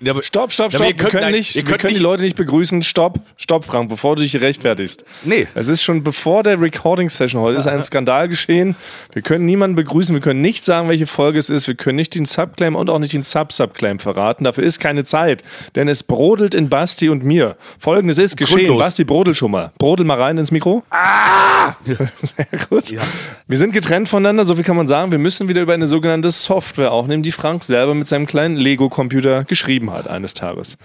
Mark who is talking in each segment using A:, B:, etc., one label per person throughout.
A: Ja, aber-
B: Stopp, stopp,
A: Ja,
B: stopp.
A: aber
B: wir können,
A: nein,
B: nicht,
A: ihr
B: wir
A: könnt
B: können die
A: nicht-
B: Leute nicht begrüßen. Stopp, stopp, Frank, bevor du dich hier rechtfertigst.
A: Nee.
B: Es ist schon bevor der Recording-Session heute ist ein Skandal geschehen. Wir können niemanden begrüßen. Wir können nicht sagen, welche Folge es ist. Wir können nicht den Subclaim und auch nicht den Sub-Subclaim verraten. Dafür ist keine Zeit. Denn es brodelt in Basti und mir. Folgendes ist geschehen.
A: Grundlos.
B: Basti, brodel schon mal. Brodel mal rein ins Mikro. Ah! Sehr gut. Wir sind getrennt voneinander. So viel kann man sagen. Wir müssen wieder über eine sogenannte Software aufnehmen, die Frank selber mit seinem kleinen Lego-Computer geschrieben hat eines Tages.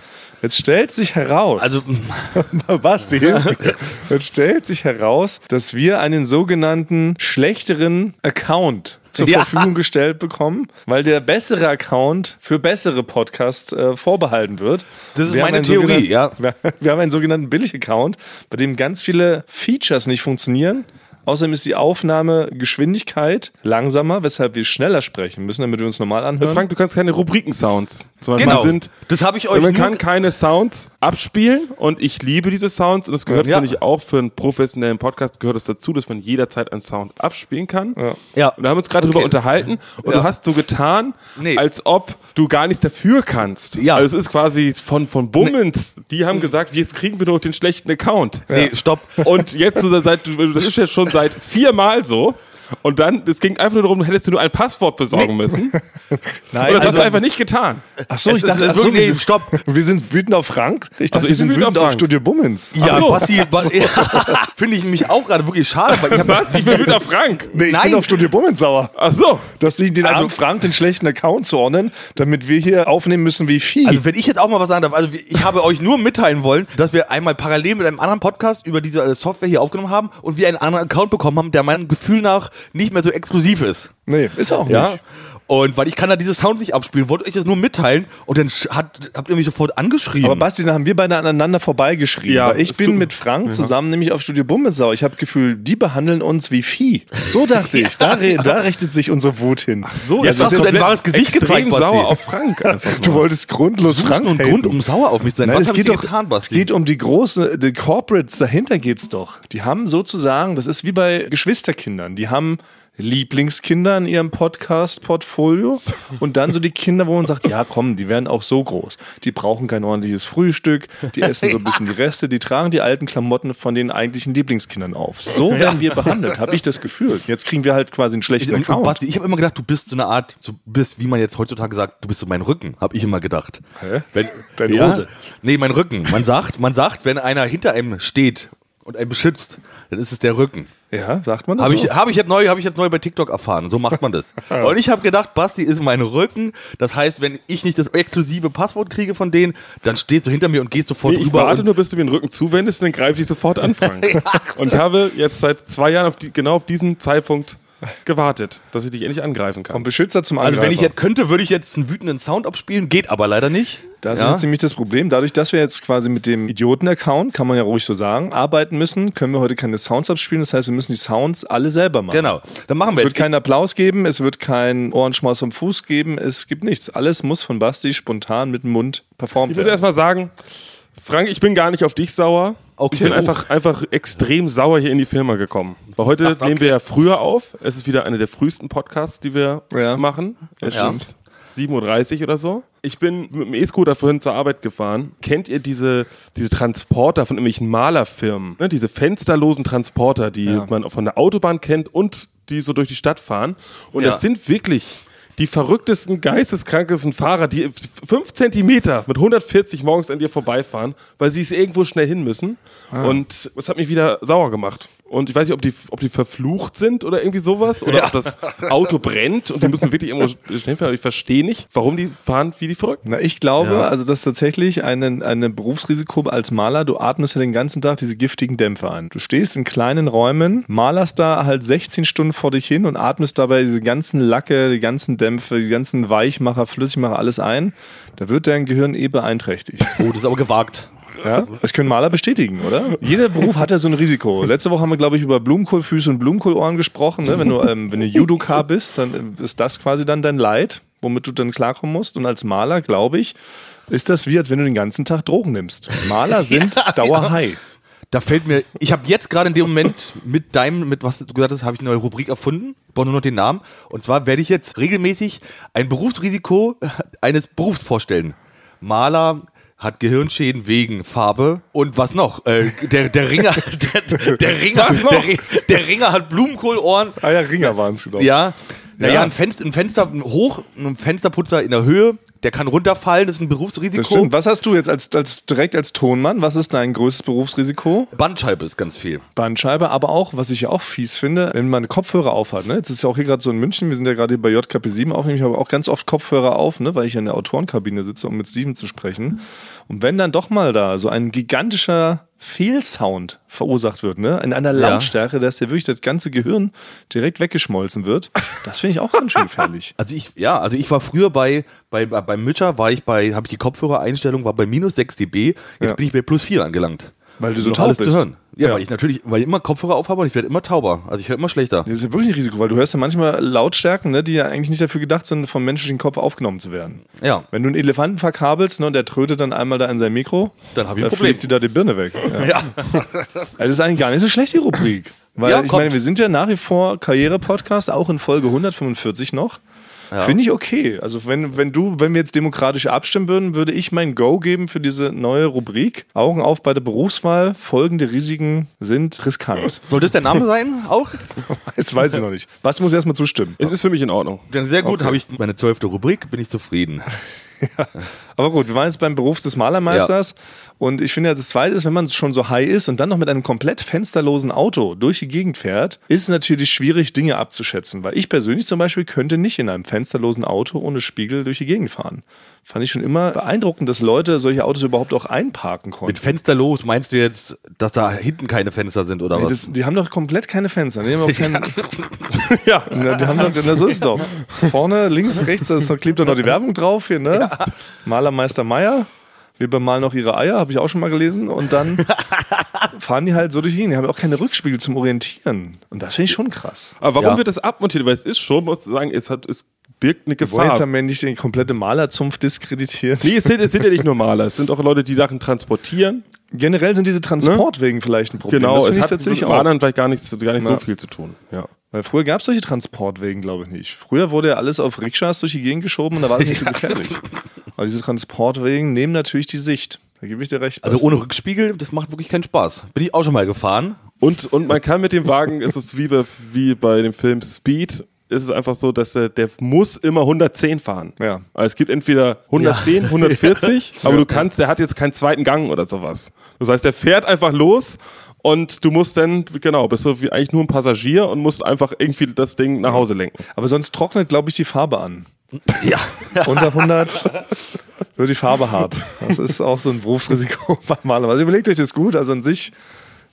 B: Jetzt stellt sich heraus.
A: Also,
B: Basti, es stellt sich heraus, dass wir einen sogenannten schlechteren Account zur
A: Ja.
B: Verfügung gestellt bekommen, weil der bessere Account für bessere Podcasts äh, vorbehalten wird.
A: Das ist
B: haben
A: meine
B: einen
A: Theorie,
B: sogenannten-
A: ja.
B: Wir, wir haben einen sogenannten Billig-Account, bei dem ganz viele Features nicht funktionieren. Außerdem ist die Aufnahmegeschwindigkeit langsamer, weshalb wir schneller sprechen müssen, damit wir uns normal anhören.
C: Frank, du kannst keine Rubriken-Sounds. Zum Beispiel
A: genau.
C: sind.
A: das habe ich euch
C: Man
A: nur
C: kann keine Sounds abspielen und ich liebe diese Sounds und es gehört,
A: Ja.
C: finde ich, auch für einen professionellen Podcast gehört es dazu, dass man jederzeit einen Sound abspielen kann.
A: Ja.
C: Und da haben wir uns gerade drüber
A: Okay.
C: unterhalten und du hast so getan,
A: Nee.
C: als ob du gar nichts dafür kannst.
A: Ja.
C: Also es ist quasi von, von Bummens. Die haben gesagt, jetzt kriegen wir noch den schlechten Account.
A: Nee, stopp.
C: Und jetzt, so seit, du- das ist ja schon seit viermal so. Und dann, es ging einfach nur darum, hättest du nur ein Passwort besorgen müssen.
B: Nein, also
C: Und das
A: also-
C: hast du einfach nicht getan.
B: ach so,
A: Es
B: ich
A: ist-
B: dachte,
A: es
B: ach
A: ist
B: so, wir
A: wirklich-
B: sind,
A: stopp.
B: Wir sind wütend auf Frank. Ich dachte,
C: Also,
B: wir sind wütend auf,
C: Frank.
B: Studio Bummens.
A: Ja,
C: Ach so.
A: Basti, Basti finde ich mich auch gerade wirklich schade, weil ich habe
C: Was? Ich bin wieder Frank.
B: Nee, ich
A: Nein.
B: bin auf Studio Bummens sauer.
C: Ach so.
B: Dass sie den
A: Also-
B: armen Frank den schlechten Account zuordnen, damit wir hier aufnehmen müssen wie Vieh.
A: Also wenn ich jetzt auch mal was sagen darf, also wir- ich habe euch nur mitteilen wollen, dass wir einmal parallel mit einem anderen Podcast über diese äh, Software hier aufgenommen haben und wir einen anderen Account bekommen haben, der meinem Gefühl nach nicht mehr so exklusiv ist.
B: nee, ist auch
A: Ja. Und weil ich kann da diese Sound nicht abspielen, wollte ich das nur mitteilen und dann sch- hat, habt ihr mich sofort angeschrieben.
B: Aber Basti, dann haben wir beide aneinander vorbeigeschrieben.
C: Ja,
B: weil ich
C: es
B: bin
C: tut-
B: mit Frank zusammen nämlich auf Studio Bummesau. Ich habe Gefühl, die behandeln uns wie Vieh. So dachte ich. Da, re- da richtet sich unsere Wut hin. Ach
C: So,
A: Jetzt hast du dein wahres Gesicht gezeigt,
C: extrem
A: Basti.
C: sauer auf Frank. einfach
B: Du
C: mal.
B: wolltest grundlos
A: Suchst
B: Frank
A: nur einen
B: haten.
A: Grund, um sauer auf mich zu sein.
B: Nein,
A: Was
B: es
A: hab ich
B: geht
A: dir
B: doch,
A: getan, Basti?
B: Es geht um die großen, die Corporates, dahinter geht's doch. Die haben sozusagen, das ist wie bei Geschwisterkindern, die haben Lieblingskinder in ihrem Podcast-Portfolio und dann so die Kinder, wo man sagt, ja komm, die werden auch so groß. Die brauchen kein ordentliches Frühstück, die essen so ein bisschen die Reste, die tragen die alten Klamotten von den eigentlichen Lieblingskindern auf. So werden wir behandelt, habe ich das Gefühl. Jetzt kriegen wir halt quasi einen schlechten
A: Und, und
B: Account.
A: Basti, ich habe immer gedacht, du bist so eine Art, so bist, wie man jetzt heutzutage sagt, du bist so mein Rücken, habe ich immer gedacht. Hä? Wenn,
B: Deine Hose?
A: Nee, mein Rücken. Man sagt, man sagt, wenn einer hinter einem steht und einen beschützt, dann ist es der Rücken.
B: Ja, sagt man das
A: Habe
B: so?
A: ich, hab ich, jetzt neu- hab ich jetzt neu bei TikTok erfahren. So macht man das. Und ich habe gedacht, Basti ist mein Rücken. Das heißt, wenn ich nicht das exklusive Passwort kriege von denen, dann stehst du hinter mir und gehst sofort
C: Nee, ich
A: rüber.
C: warte
A: und,
C: nur, bis du mir den Rücken zuwendest und dann greife ich sofort an, Frank. Und habe jetzt seit zwei Jahren auf die, genau auf diesen Zeitpunkt gewartet, dass ich dich endlich angreifen
B: Vom
C: kann.
B: Beschützer zum Angreifer.
A: also wenn ich jetzt könnte, würde ich jetzt einen wütenden Sound abspielen. Geht aber leider nicht.
B: Das
A: Ja?
B: ist ziemlich das Problem. Dadurch, dass wir jetzt quasi mit dem Idioten-Account, kann man ja ruhig so sagen, arbeiten müssen, können wir heute keine Sounds abspielen. Das heißt, wir müssen die Sounds alle selber machen.
A: Genau. Dann machen
B: Es
A: wir
B: wird keinen Applaus geben, es wird keinen Ohrenschmaus vom Fuß geben, es gibt nichts. Alles muss von Basti spontan mit dem Mund performt
C: Ich muss
B: werden.
C: erstmal sagen, Frank, ich bin gar nicht auf dich sauer.
A: Okay.
C: Ich bin
A: Oh.
C: einfach, einfach extrem sauer hier in die Firma gekommen. Weil heute nehmen wir ja früher auf. Es ist wieder einer der frühesten Podcasts, die wir
B: Ja.
C: machen. Es
A: Ja.
C: ist 7.30 Uhr oder so. Ich bin mit dem E-Scooter vorhin zur Arbeit gefahren. Kennt ihr diese, diese Transporter von irgendwelchen Malerfirmen? Ne? Diese fensterlosen Transporter, die man von der Autobahn kennt und die so durch die Stadt fahren. Und
A: Ja.
C: das sind wirklich die verrücktesten, geisteskrankesten Fahrer, die fünf Zentimeter mit 140 morgens an dir vorbeifahren, weil sie es irgendwo schnell hin müssen. Und es hat mich wieder sauer gemacht. Und ich weiß nicht, ob die, ob die verflucht sind oder irgendwie sowas oder ob das Auto brennt und die müssen wirklich irgendwo schnell fahren. Aber ich verstehe nicht, warum die fahren wie die Verrückten.
B: Na, ich glaube, also das ist tatsächlich ein eine Berufsrisiko als Maler. Du atmest ja den ganzen Tag diese giftigen Dämpfe ein. Du stehst in kleinen Räumen, malerst da halt 16 Stunden vor dich hin und atmest dabei diese ganzen Lacke, die ganzen Dämpfe, die ganzen Weichmacher, Flüssigmacher, alles ein. Da wird dein Gehirn eh beeinträchtigt.
A: Oh, das ist aber gewagt.
B: Ja? Das können Maler bestätigen, oder? Jeder Beruf hat ja so ein Risiko. Letzte Woche haben wir, glaube ich, über Blumenkohlfüße und Blumenkohlohren gesprochen. Ne? Wenn du, ähm, wenn du Judoka bist, dann äh, ist das quasi dann dein Leid, womit du dann klarkommen musst. Und als Maler, glaube ich, ist das wie, als wenn du den ganzen Tag Drogen nimmst. Maler sind dauerhigh.
A: Da fällt mir, ich habe jetzt gerade in dem Moment mit deinem, mit was du gesagt hast, habe ich eine neue Rubrik erfunden. Brauche nur noch den Namen. Und zwar werde ich jetzt regelmäßig ein Berufsrisiko eines Berufs vorstellen. Maler hat Gehirnschäden wegen Farbe und was noch? Äh, der, der Ringer, der, der Ringer, der, Ri- der Ringer hat Blumenkohlohren.
B: Ah ja, Ringer waren es, glaube ich.
A: Ja. Naja,
B: Ja.
A: Ein, Fenster, ein Fenster ein hoch, ein Fensterputzer in der Höhe, der kann runterfallen, das ist ein Berufsrisiko.
B: Das stimmt. Was hast du jetzt als, als direkt als Tonmann? Was ist dein größtes Berufsrisiko?
A: Bandscheibe ist ganz viel.
B: Bandscheibe, aber auch, was ich ja auch fies finde, wenn man Kopfhörer aufhat. Ne? Jetzt ist ja auch hier gerade so in München, wir sind ja gerade hier bei JKP7 aufnehmen, ich habe auch ganz oft Kopfhörer auf, ne? weil ich ja in der Autorenkabine sitze, um mit Steven zu sprechen. Und wenn dann doch mal da so ein gigantischer Fehlsound verursacht wird, ne? in einer Lautstärke, dass dir wirklich das ganze Gehirn direkt weggeschmolzen wird, das finde ich auch ganz schön gefährlich.
A: Also ich, ja, also ich war früher bei, bei, bei beim Mischer war ich bei, habe ich die Kopfhörereinstellung, war bei minus 6 dB, jetzt
B: Ja.
A: bin ich bei plus 4 angelangt.
B: Weil du
A: Um
B: so
A: noch
B: taub
A: alles
B: bist.
A: Zu hören. Ja,
B: Ja.
A: weil ich natürlich, weil ich immer Kopfhörer aufhabe und ich werde immer tauber. Also ich höre immer schlechter.
B: Das ist ja wirklich ein Risiko, weil du hörst ja manchmal Lautstärken, ne, die ja eigentlich nicht dafür gedacht sind, vom menschlichen Kopf aufgenommen zu werden.
A: Ja.
B: Wenn du einen Elefanten verkabelst ne, und der trötet dann einmal da in sein Mikro,
A: Dann hab ich
B: da
A: ein Problem.
B: fliegt dir da die Birne weg. Ja. Also das ist eigentlich gar nicht so schlecht, die Rubrik. Weil
A: Ja,
B: ich
A: kommt.
B: meine, wir sind ja nach wie vor Karriere-Podcast, auch in Folge 145 noch. Finde ich okay. Also wenn, wenn du, wenn wir jetzt demokratisch abstimmen würden, würde ich mein Go geben für diese neue Rubrik. Augen auf bei der Berufswahl. Folgende Risiken sind riskant.
A: Soll das der Name sein auch?
B: Das weiß ich noch nicht. Was muss erstmal zustimmen?
C: Es ist für mich in Ordnung.
A: Dann sehr gut, habe ich meine zwölfte Rubrik, bin ich zufrieden.
B: Aber gut, wir waren jetzt beim Beruf des Malermeisters. Und ich finde ja, das Zweite ist, wenn man schon so high ist und dann noch mit einem komplett fensterlosen Auto durch die Gegend fährt, ist es natürlich schwierig, Dinge abzuschätzen. Weil ich persönlich zum Beispiel könnte nicht in einem fensterlosen Auto ohne Spiegel durch die Gegend fahren. Fand ich schon immer beeindruckend, dass Leute solche Autos überhaupt auch einparken konnten.
A: Mit Fensterlos meinst du jetzt, dass da hinten keine Fenster sind oder was?
B: Das, die haben doch komplett keine Fenster. Die haben auch keinen,
C: Ja.
B: Na, die haben doch, na, so ist es doch. Vorne, links, rechts, da ist doch, klebt doch noch die Werbung drauf hier, ne? Malermeister Meier. Wir bemalen noch ihre Eier, habe ich auch schon mal gelesen. Und dann fahren die halt so durch ihn. Die haben auch keine Rückspiegel zum Orientieren. Und das finde ich schon krass.
C: Aber warum
A: Ja.
C: wird das abmontiert? Weil es ist schon, muss ich sagen, es, hat, es birgt eine
B: Boah, jetzt
C: Gefahr.
B: haben wir nicht den kompletten Malerzunft diskreditiert.
C: Nee, es sind, es sind ja nicht nur Maler, es sind auch Leute, die Sachen transportieren.
B: Generell sind diese Transportwegen vielleicht ein Problem.
C: Ne? Genau,
B: das
C: es
B: finde ich
C: hat
B: tatsächlich
C: mit
B: auch.
C: Malern vielleicht gar, nichts, gar nicht so
B: Na.
C: viel zu tun. Ja.
B: Weil früher gab es solche Transportwegen, glaube ich, nicht. Früher wurde ja alles auf Rikschas durch die Gegend geschoben und da war das nicht so gefährlich. Aber diese Transportwegen nehmen natürlich die Sicht. Da gebe ich dir recht.
A: also ohne Rückspiegel, das macht wirklich keinen Spaß. Bin ich auch schon mal gefahren.
C: Und, und man kann mit dem Wagen, es ist wie bei, wie bei dem Film Speed, ist es einfach so, dass der, der muss immer 110 fahren.
B: Ja.
C: Also es gibt entweder 110, 140, aber du kannst, der hat jetzt keinen zweiten Gang oder sowas. Das heißt, der fährt einfach los und du musst dann, genau, bist du wie eigentlich nur ein Passagier und musst einfach irgendwie das Ding nach Hause lenken.
B: Aber sonst trocknet, glaube ich, die Farbe an.
A: Ja.
B: Unter 100 wird die Farbe hart. Das ist auch so ein Berufsrisiko beim Maler. Also überlegt euch das gut. Also an sich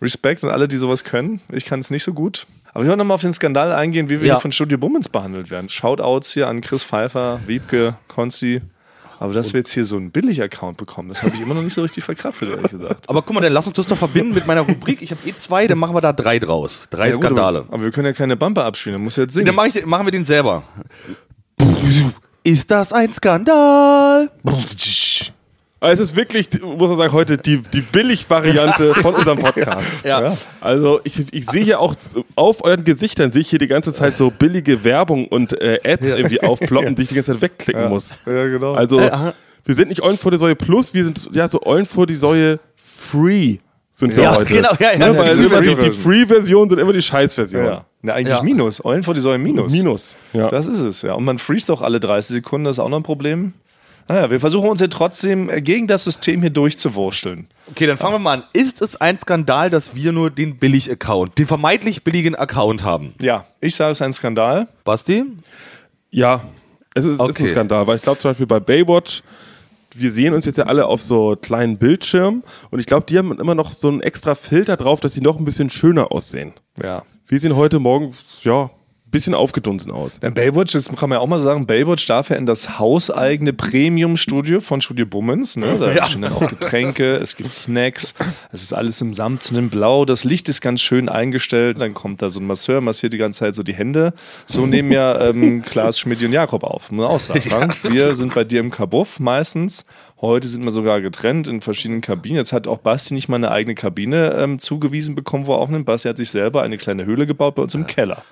B: Respekt an alle, die sowas können. Ich kann es nicht so gut. Aber ich wollte nochmal auf den Skandal eingehen, wie wir
A: Ja.
B: hier von Studio Bummens behandelt werden. Shoutouts hier an Chris Pfeiffer, Wiebke, Konzi. Aber dass wir jetzt hier so einen Billig-Account bekommen, das habe ich immer noch nicht so richtig verkraftet, ehrlich gesagt.
A: Aber guck mal, dann lass uns das doch verbinden mit meiner Rubrik. Ich habe eh zwei, dann machen wir da drei draus. Drei
B: Ja, gut,
A: Skandale.
B: Aber, aber wir können ja keine Bumper abspielen, dann muss jetzt
A: Dann
B: singen.
A: mach ich, machen wir den selber. Ist das ein Skandal?
C: Aber es ist wirklich, muss man sagen, heute die, die Billig-Variante von unserem Podcast.
A: Ja.
C: Also ich, ich sehe hier auch z- auf euren Gesichtern sehe ich hier die ganze Zeit so billige Werbung und äh, Ads irgendwie aufploppen, die ich die ganze Zeit wegklicken muss.
B: Ja, genau.
C: Also
A: Äh,
C: wir sind nicht Eulen vor die Säue Plus, wir sind ja so Eulen vor die Säue Free sind wir
A: Ja,
C: heute.
A: genau, ja, ja,
C: ne,
A: ja,
C: weil
B: die
C: immer die, die
B: Free-Version.
C: Free-Version sind immer die Scheiß-Version.
B: Ja. Na, eigentlich
A: Ja.
B: Minus. Eulen vor die Säule Minus.
C: Minus. Ja.
B: Das ist es, ja. Und man freest auch alle 30 Sekunden, das ist auch noch ein Problem. Naja, wir versuchen uns hier trotzdem äh, gegen das System hier durchzuwurschteln.
A: Okay, dann fangen wir mal an. Ist es ein Skandal, dass wir nur den Billig-Account, den vermeintlich billigen Account haben?
B: Ja, ich sage, es ist ein Skandal.
A: Basti?
C: Ja, es ist, ist
A: Okay.
C: ein Skandal, weil ich glaube zum Beispiel bei Baywatch, wir sehen uns jetzt ja alle auf so kleinen Bildschirmen und ich glaube, die haben immer noch so einen extra Filter drauf, dass die noch ein bisschen schöner aussehen.
B: Ja.
C: Wir sehen heute Morgen, ja, ein bisschen aufgedunsen aus.
B: Denn Baywatch, das kann man ja auch mal sagen, Baywatch darf ja in das hauseigene Premium-Studio von Studio Bummens. Ne? Da stehen dann auch Getränke, es gibt Snacks, es ist alles im samtenen Blau, das Licht ist ganz schön eingestellt, dann kommt da so ein Masseur, massiert die ganze Zeit so die Hände. So nehmen ja ähm, Klaas, Schmidt und Jakob auf, muss man auch sagen. Wir sind bei dir im Kabuff meistens. Heute sind wir sogar getrennt in verschiedenen Kabinen. Jetzt hat auch Basti nicht mal eine eigene Kabine ähm, zugewiesen bekommen, wo er aufnimmt. Basti hat sich selber eine kleine Höhle gebaut bei uns im Keller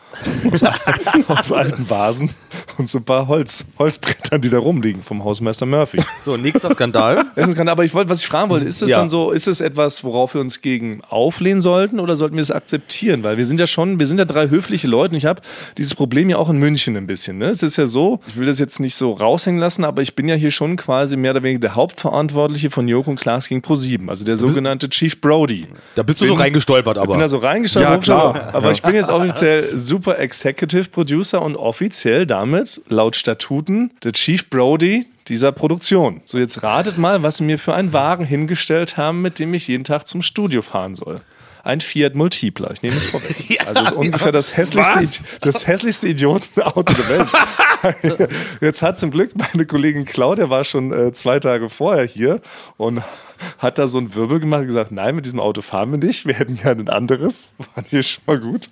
B: aus alten Vasen und so ein paar Holz, Holzbrettern, die da rumliegen vom Hausmeister Murphy.
A: So, nächster Skandal.
B: Das ist ein Skandal, aber ich wollte, was ich fragen wollte, ist es
A: Ja.
B: dann so, ist es etwas, worauf wir uns gegen auflehnen sollten oder sollten wir es akzeptieren? Weil wir sind ja schon, wir sind ja drei höfliche Leute und ich habe dieses Problem ja auch in München ein bisschen. Ne? Es ist ja so, ich will das jetzt nicht so raushängen lassen, aber ich bin ja hier schon quasi mehr oder weniger der Hauptverantwortliche von Joko und Klaas gegen Pro7, also der sogenannte Chief Brody.
A: Da bist du so
B: Bin-
A: reingestolpert,
B: Ich bin da
A: aber.
B: so reingestanden.
C: Ja, klar.
B: Aber ich bin jetzt offiziell Super Executive Producer und offiziell damit laut Statuten der Chief Brody dieser Produktion. So, jetzt ratet mal, was sie mir für einen Wagen hingestellt haben, mit dem ich jeden Tag zum Studio fahren soll. Ein Fiat Multipla, ich nehme es vorweg. also das ist ungefähr das hässlichste,
C: Was?
B: Idi- das hässlichste Idiotenauto der Welt. Jetzt hat zum Glück meine Kollegin Claudia war schon äh, zwei Tage vorher hier und hat da so einen Wirbel gemacht und gesagt, nein, mit diesem Auto fahren wir nicht, wir hätten gerne ein anderes. War hier schon mal gut.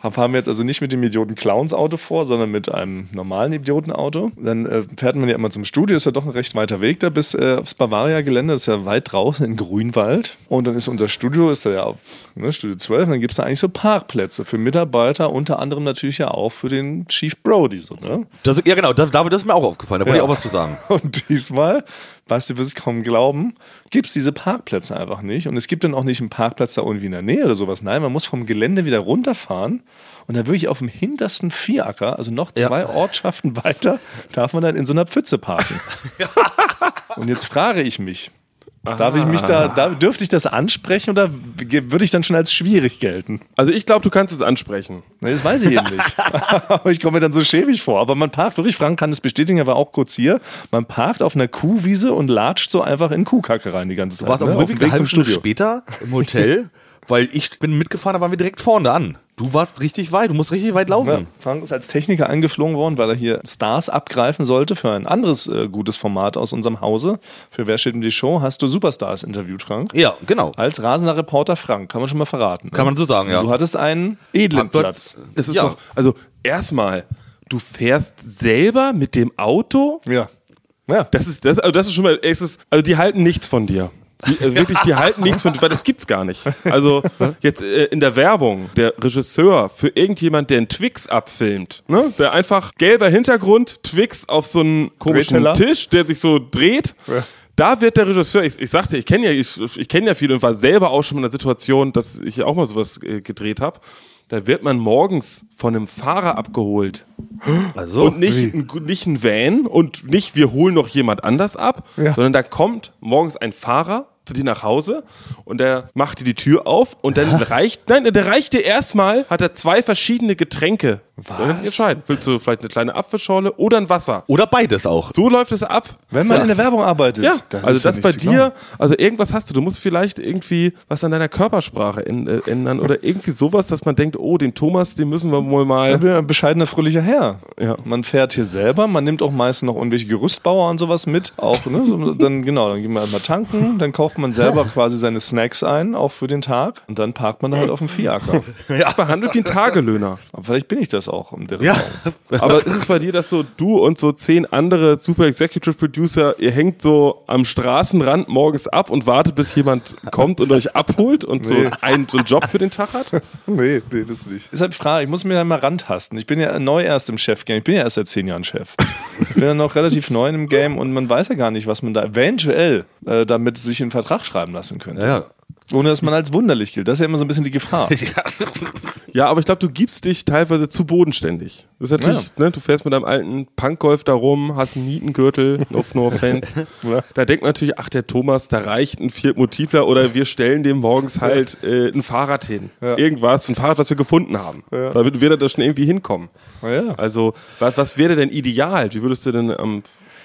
B: Da fahren wir jetzt also nicht mit dem Idioten Clowns Auto vor, sondern mit einem normalen Idiotenauto. Dann äh, fährt man ja immer zum Studio, ist ja doch ein recht weiter Weg da bis äh, aufs Bavaria-Gelände, das ist ja weit draußen in Grünwald. Und dann ist unser Studio, ist da ja auf ne, Studio 12, und dann gibt es da eigentlich so Parkplätze für Mitarbeiter, unter anderem natürlich ja auch für den Chief Brody. So, ne?
A: Das, ja, genau, das, David, das ist mir auch aufgefallen. Da wollte
B: Ja.
A: ich auch was zu sagen.
B: Und diesmal, weißt du, wirst es kaum glauben, gibt es diese Parkplätze einfach nicht. Und es gibt dann auch nicht einen Parkplatz da irgendwie in der Nähe oder sowas. Nein, man muss vom Gelände wieder runterfahren. Und dann wirklich auf dem hintersten Vieracker, also noch
A: Ja.
B: zwei Ortschaften weiter, darf man dann in so einer Pfütze parken. Und jetzt frage ich mich, darf ich mich da, da, dürfte ich das ansprechen oder ge- würde ich dann schon als schwierig gelten?
C: Also ich glaube, du kannst es ansprechen.
B: Ne, Das weiß ich eben nicht. Aber ich komme mir dann so schäbig vor. Aber man parkt wirklich, Frank kann es bestätigen, er war auch kurz hier. Man parkt auf einer Kuhwiese und latscht so einfach in Kuhkacke rein die ganze Zeit.
A: Du warst auf
B: ne?
A: dem Rückweg eine halbe Stunde später im Hotel, weil ich bin mitgefahren, da waren wir direkt vorne an. Du warst richtig weit, du musst richtig weit laufen.
B: Ja, Frank ist als Techniker eingeflogen worden, weil er hier Stars abgreifen sollte für ein anderes äh, gutes Format aus unserem Hause. Für Wer steht in die Show hast du Superstars interviewt, Frank.
A: Ja, genau.
B: Als rasender Reporter Frank, kann man schon mal verraten. ne?
A: Kann man so sagen, ja.
B: Du hattest einen edlen Platz.
C: Das ist
A: Ja.
C: doch, also erstmal, du fährst selber mit dem Auto.
B: Ja. ja.
C: Das ist, das, also das ist schon mal, es ist, also die halten nichts von dir. Sie, also wirklich, die halten nichts von dir, weil das gibt's gar nicht. Also jetzt äh, in der Werbung, der Regisseur für irgendjemand, der einen Twix abfilmt, ne? der einfach gelber Hintergrund, Twix auf so einen komischen
B: Drehteller.
C: Tisch, der sich so dreht. Da wird der Regisseur, ich, ich sagte, ich kenne ja, ich, ich kenne ja viele und war selber auch schon in der Situation, dass ich ja auch mal sowas äh, gedreht habe. Da wird man morgens von einem Fahrer abgeholt.
A: Also,
C: Und nicht ein, nicht ein Van und nicht wir holen noch jemand anders ab,
B: Ja.
C: sondern da kommt morgens ein Fahrer zu dir nach Hause und der macht dir die Tür auf und dann reicht, nein, der reicht dir erstmal, hat er zwei verschiedene Getränke. Was? Dann kannst du entscheiden. Willst du vielleicht eine kleine Apfelschorle oder ein Wasser?
A: oder beides auch.
C: So läuft es ab.
B: Wenn man in der Werbung arbeitet.
C: Ja,
B: dann
C: also
B: ist ja
C: das bei
B: nichts zu glauben.
C: dir, also irgendwas hast du, du musst vielleicht irgendwie was an deiner Körpersprache in, äh, ändern oder irgendwie sowas, dass man denkt, oh, den Thomas, den müssen wir wohl mal.
B: Ich bin ein bescheidener, fröhlicher Herr.
C: Ja.
B: Man fährt hier selber, man nimmt auch meistens noch irgendwelche Gerüstbauer und sowas mit. Auch, ne? so, dann, genau, dann geht man halt mal tanken, dann kauft man selber quasi seine Snacks ein, auch für den Tag. Und dann parkt man da halt auf dem Viehacker.
C: Ich behandelt wie ein Tagelöhner.
B: Aber vielleicht bin ich das auch. Um deren
A: Ja.
B: Augen.
C: Aber ist es bei dir, dass so du und so zehn andere Super Executive Producer, ihr hängt so am Straßenrand morgens ab und wartet, bis jemand kommt und euch abholt und
B: Nee.
C: so, einen, so einen Job für den Tag hat?
B: Nee, nee, das nicht. Deshalb halt frage ich, muss mir da mal rantasten. Ich bin ja neu erst im Chef-Game. Ich bin ja erst seit zehn Jahren Chef. Ich bin ja noch relativ neu im Game und man weiß ja gar nicht, was man da eventuell äh, damit sich in einen Vertrag schreiben lassen könnte.
A: Ja.
B: Ohne dass man als wunderlich gilt. Das ist ja immer so ein bisschen die Gefahr.
C: Ja, aber ich glaube, du gibst dich teilweise zu bodenständig. Das ist natürlich, ne, du fährst mit deinem alten Punkgolf da rum, hast einen Nietengürtel, auf no offense. Da denkt man natürlich, ach, der Thomas, da reicht ein Fiat Multipler oder wir stellen dem morgens halt äh, ein Fahrrad hin. Irgendwas, ein Fahrrad, was wir gefunden haben. Damit wir da schon irgendwie hinkommen.
B: Ja.
C: Also, was, was wäre denn ideal? Wie würdest du denn am.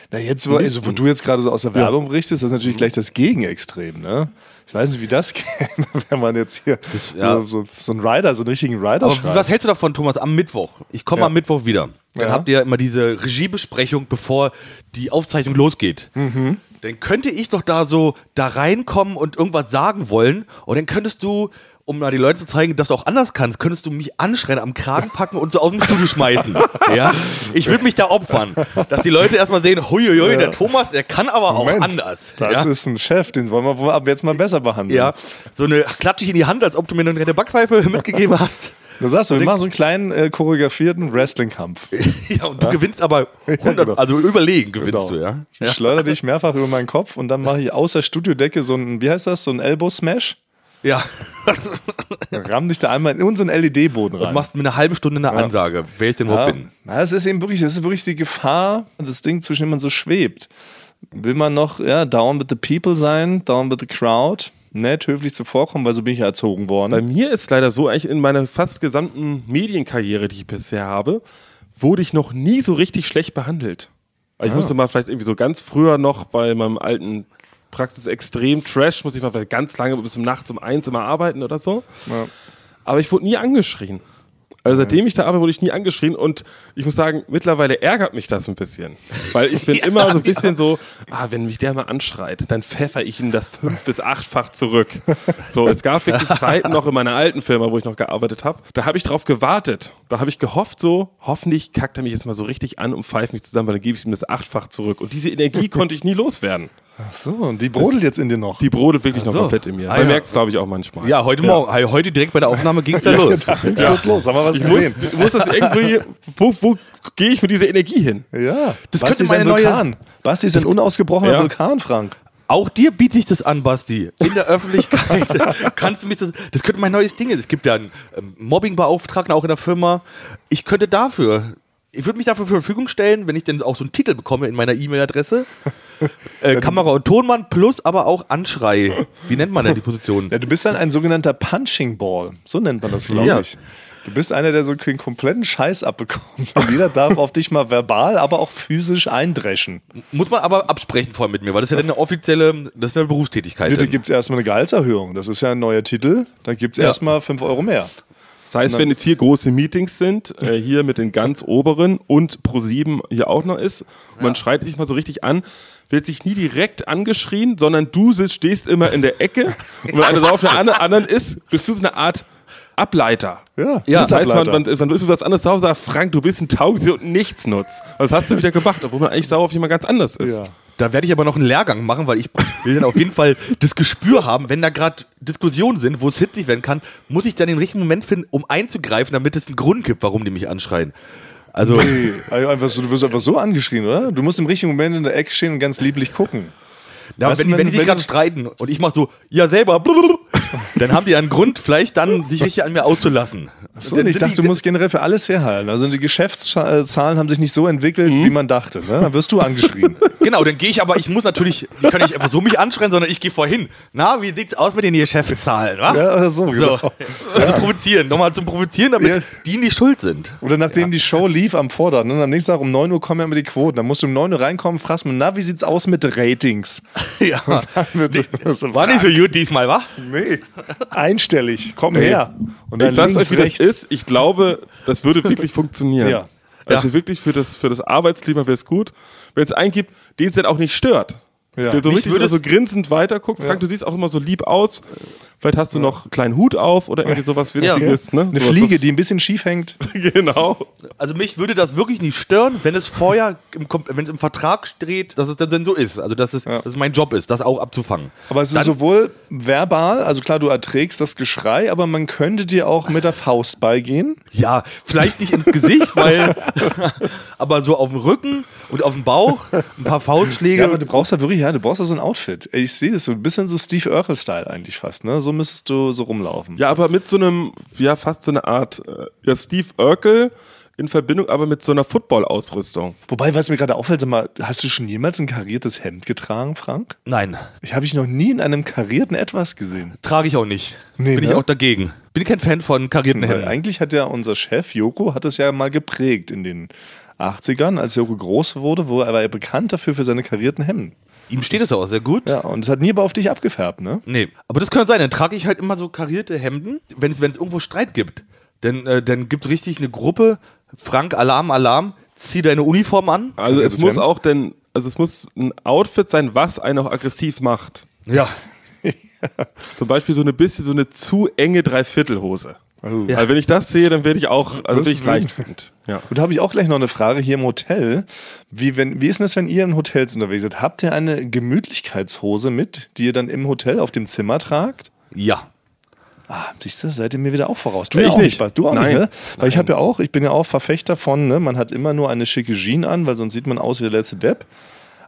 B: Na jetzt, wo, also, wo du jetzt gerade so aus der Werbung berichtest, das ist natürlich gleich das Gegenextrem, ne? Ich weiß nicht, wie das käme, wenn man jetzt hier
A: ja.
B: so- so, so einen Rider, so einen richtigen Rider
A: Aber was
B: schreibt.
A: hältst du davon, Thomas, am Mittwoch? Ich komme am Mittwoch wieder. Dann
B: Ja.
A: habt ihr immer diese Regiebesprechung, bevor die Aufzeichnung losgeht. Dann könnte ich doch da so da reinkommen und irgendwas sagen wollen. Und dann könntest du, um mal den Leuten zu zeigen, dass du auch anders kannst, könntest du mich anschreien, am Kragen packen und so aus dem Studio schmeißen. ja? Ich würde mich da opfern. Dass die Leute erstmal sehen, huiuiui, der Thomas, der kann aber auch anders.
B: Das
A: ja?
B: ist ein Chef, den wollen wir wohl ab jetzt mal besser behandeln.
A: ja, so eine klatsche ich in die Hand, als ob du mir eine nette Backpfeife mitgegeben hast.
B: Da sagst du, wir machen so einen kleinen äh, choreografierten Wrestling-Kampf.
A: Ja, und du gewinnst aber 100,
B: genau.
A: also überlegen gewinnst
B: Genau.
A: du, ja.
B: Ich schleudere dich mehrfach über meinen Kopf und dann mache ich außer Studiodecke so einen, wie heißt das, so einen Elbow-Smash.
A: Ja.
B: Ramm dich da einmal in unseren LED-Boden rein.
A: Du machst mir eine halbe Stunde eine Ansage, wer ich denn
B: ja.
A: überhaupt bin.
B: Na, das ist eben wirklich, das ist wirklich die Gefahr, das Ding, zwischen dem man so schwebt. Will man noch ja, down with the people sein, down with the crowd, nett, höflich zuvorkommen, weil so bin ich ja erzogen
C: Bei
B: worden.
C: mir ist leider so, eigentlich in meiner fast gesamten Medienkarriere, die ich bisher habe, wurde ich noch nie so richtig schlecht behandelt. Also ich musste mal vielleicht irgendwie so ganz früher noch bei meinem alten Praxis extrem Trash, musste ich mal vielleicht ganz lange bis um nachts um eins immer arbeiten oder so. Aber ich wurde nie angeschrien. Also seitdem ich da arbeite, wurde ich nie angeschrien und ich muss sagen, mittlerweile ärgert mich das ein bisschen. Weil ich bin immer so ein bisschen so, ah, wenn mich der mal anschreit, dann pfeffer ich ihm das fünf- bis achtfach zurück. So, es gab wirklich Zeiten noch in meiner alten Firma, wo ich noch gearbeitet habe. Da habe ich drauf gewartet. Da habe ich gehofft, so, hoffentlich kackt er mich jetzt mal so richtig an und pfeift mich zusammen, weil dann gebe ich ihm das achtfach zurück. Und diese Energie konnte ich nie loswerden.
B: Ach so, und die brodelt jetzt in dir noch.
C: Die brodelt wirklich noch
A: so.
C: komplett in mir.
A: Ah,
C: Man
A: ja.
C: merkt es, glaube ich, auch manchmal.
A: Ja, heute Morgen, he- heute direkt bei der Aufnahme ging es ja los.
B: Jetzt geht's los, haben wir was
C: Ich muss, ich muss das irgendwie, wo, wo gehe ich mit dieser Energie hin?
B: Ja,
A: könnte
B: das Basti ist ein
A: meine neue-
B: Vulkan. Basti ist ein unausgebrochener
C: Ja.
B: Vulkan, Frank.
A: Auch dir biete ich das an, Basti. In der Öffentlichkeit. Kannst du mich das, das könnte mein neues Ding sein. Es gibt ja einen ähm, Mobbingbeauftragten auch in der Firma. Ich könnte dafür, ich würde mich dafür zur Verfügung stellen, wenn ich denn auch so einen Titel bekomme in meiner E-Mail-Adresse. Äh, Kamera- und Tonmann plus aber auch Anschrei. Wie nennt man denn die Position?
B: Ja, du bist dann ein sogenannter Punching Ball. So nennt man das, glaube
A: Ja.
B: ich. Du bist einer, der so den kompletten Scheiß abbekommt. Und jeder darf auf dich mal verbal, aber auch physisch eindreschen.
A: Muss man aber absprechen vorher mit mir, weil das ist ja dann eine offizielle, das ist eine Berufstätigkeit.
B: Da
A: dann. ne?
B: gibt es erstmal eine Gehaltserhöhung. Das ist ja ein neuer Titel. Da gibt es
A: Ja.
B: erstmal 5 Euro mehr.
C: Das heißt, wenn jetzt hier große Meetings sind, äh, hier mit den ganz oberen und Pro7 hier auch noch ist, und man schreit sich mal so richtig an, wird sich nie direkt angeschrien, sondern du sitzt, stehst immer in der Ecke und wenn einer so auf der an- anderen ist, bist du so eine Art Ableiter.
B: Ja,
A: Ja.
C: das heißt, man,
B: Blitzableiter.
C: man, man will was anderes sauer sagt, Frank, du bist ein Taugsi und nichts nutzt. Was hast du wieder gemacht, obwohl man eigentlich sauer auf jemand ganz anders ist?
B: Ja.
A: Da werde ich aber noch einen Lehrgang machen, weil ich will dann auf jeden Fall das Gespür haben, wenn da gerade Diskussionen sind, wo es hitzig werden kann, muss ich dann den richtigen Moment finden, um einzugreifen, damit es einen Grund gibt, warum die mich anschreien. Also,
B: Nee, also einfach so, du wirst einfach so angeschrien, oder? Du musst im richtigen Moment in der Ecke stehen und ganz lieblich gucken.
A: na,
B: weißt
A: wenn,
B: du,
A: die-
B: wenn-
A: wenn die
B: wenn-
A: sich gerade streiten und ich mache so, ja selber, blub, dann haben die einen Grund, vielleicht dann sich richtig an mir auszulassen.
B: So,
A: Dann
B: und ich
A: sind die-
B: dachte, du musst generell für alles herhalten. Also die Geschäftszahlen haben sich nicht so entwickelt, wie man dachte. Ne? Dann wirst du angeschrien.
A: Genau, dann gehe ich aber, ich muss natürlich, ich kann nicht einfach so mich anschreien, sondern ich gehe vorhin. Na, wie sieht's aus mit den Geschäftszahlen, wa?
B: Ja, oder so, genau.
A: Also provozieren, nochmal zum Provozieren, damit
B: Ja.
A: die nicht schuld sind.
B: Oder nachdem die Show lief am Vorderen und am nächsten Tag um 9 Uhr kommen ja immer die Quoten. Dann musst du um 9 Uhr reinkommen, fragst mal, na, wie sieht's aus mit Ratings?
A: Ja.
B: Wird- wirst du-
A: War nicht so gut diesmal, wa?
B: nee, einstellig, komm her. Und
C: Ich sag's euch,
B: links,
C: wie das
B: rechts.
C: ist. Ich glaube, das würde wirklich funktionieren.
B: Ja.
C: Also
A: Ja.
C: wirklich für das, für das Arbeitsklima wäre es gut, wenn es einen gibt, den es dann auch nicht stört.
B: Ja.
C: Der so
A: Mich
C: richtig
A: würde
C: würde so grinsend weiterguckt. Frank, du siehst auch immer so lieb aus. Vielleicht hast du noch einen kleinen Hut auf oder irgendwie sowas Witziges. Ne?
B: Eine
C: Sowas,
B: Fliege, die ein bisschen schief hängt.
C: die. genau.
A: Also mich würde das wirklich nicht stören, wenn es vorher, im, Kom- wenn es im Vertrag steht, dass es dann so ist. Also dass es, dass es mein Job ist, das auch abzufangen.
B: Aber es ist sowohl verbal, also klar, du erträgst das Geschrei, aber man könnte dir auch mit der Faust beigehen.
A: Ja, vielleicht nicht ins Gesicht, weil, aber so auf dem Rücken und auf dem Bauch ein paar Faustschläge.
B: Ja, aber du brauchst halt wirklich, ja, du brauchst ja so ein Outfit. Ich sehe das so ein bisschen so Steve Urkel-Style eigentlich fast, ne? So müsstest du so rumlaufen.
C: Ja, aber mit so einem, ja, fast so eine Art, äh, ja, Steve Urkel in Verbindung aber mit so einer Football-Ausrüstung.
B: Wobei, was mir gerade auffällt, sag mal, hast du schon jemals ein kariertes Hemd getragen, Frank?
A: Nein,
B: Ich habe ich noch nie in einem karierten etwas gesehen.
A: trage ich auch nicht.
B: Nee,
A: Bin
B: ne?
A: ich auch dagegen. Bin kein Fan von karierten
B: Weil
A: Hemden.
B: eigentlich hat ja unser Chef Joko hat das ja mal geprägt in den 80ern, als Joko groß wurde, wo er war ja bekannt dafür für seine karierten Hemden.
A: Ihm steht es auch sehr gut.
B: Ja, und es hat nie aber auf dich abgefärbt, ne?
A: Nee. Aber das könnte sein. Dann trage ich halt immer so karierte Hemden, wenn es wenn es irgendwo Streit gibt. Dann, äh, dann gibt es richtig eine Gruppe. Frank, Alarm, Alarm. Zieh deine Uniform an.
C: Also es
B: Kariertes
C: muss
B: Hemd?
C: auch denn, also es muss ein Outfit sein, was einen auch aggressiv macht.
A: Ja.
C: Zum Beispiel so eine bisschen so eine zu enge Dreiviertelhose.
B: Oh.
C: Ja. Also wenn ich das sehe, dann werde ich auch, also bin ich
B: Das-
C: leichtfüßig. Ja.
B: Und da habe ich auch gleich noch eine Frage hier im Hotel. Wie, wenn, wie ist denn das, wenn ihr in Hotels unterwegs seid? Habt ihr eine Gemütlichkeitshose mit, die ihr dann im Hotel auf dem Zimmer tragt?
A: Ja.
B: Ah, siehst du, seid ihr mir wieder auch voraus. Du
C: Ich
B: ja auch
C: nicht.
B: Du auch
C: Nein.
B: nicht, ne? Weil ich habe ja auch, ich bin ja auch Verfechter von, ne, man hat immer nur eine schicke Jean an, weil sonst sieht man aus wie der letzte Depp.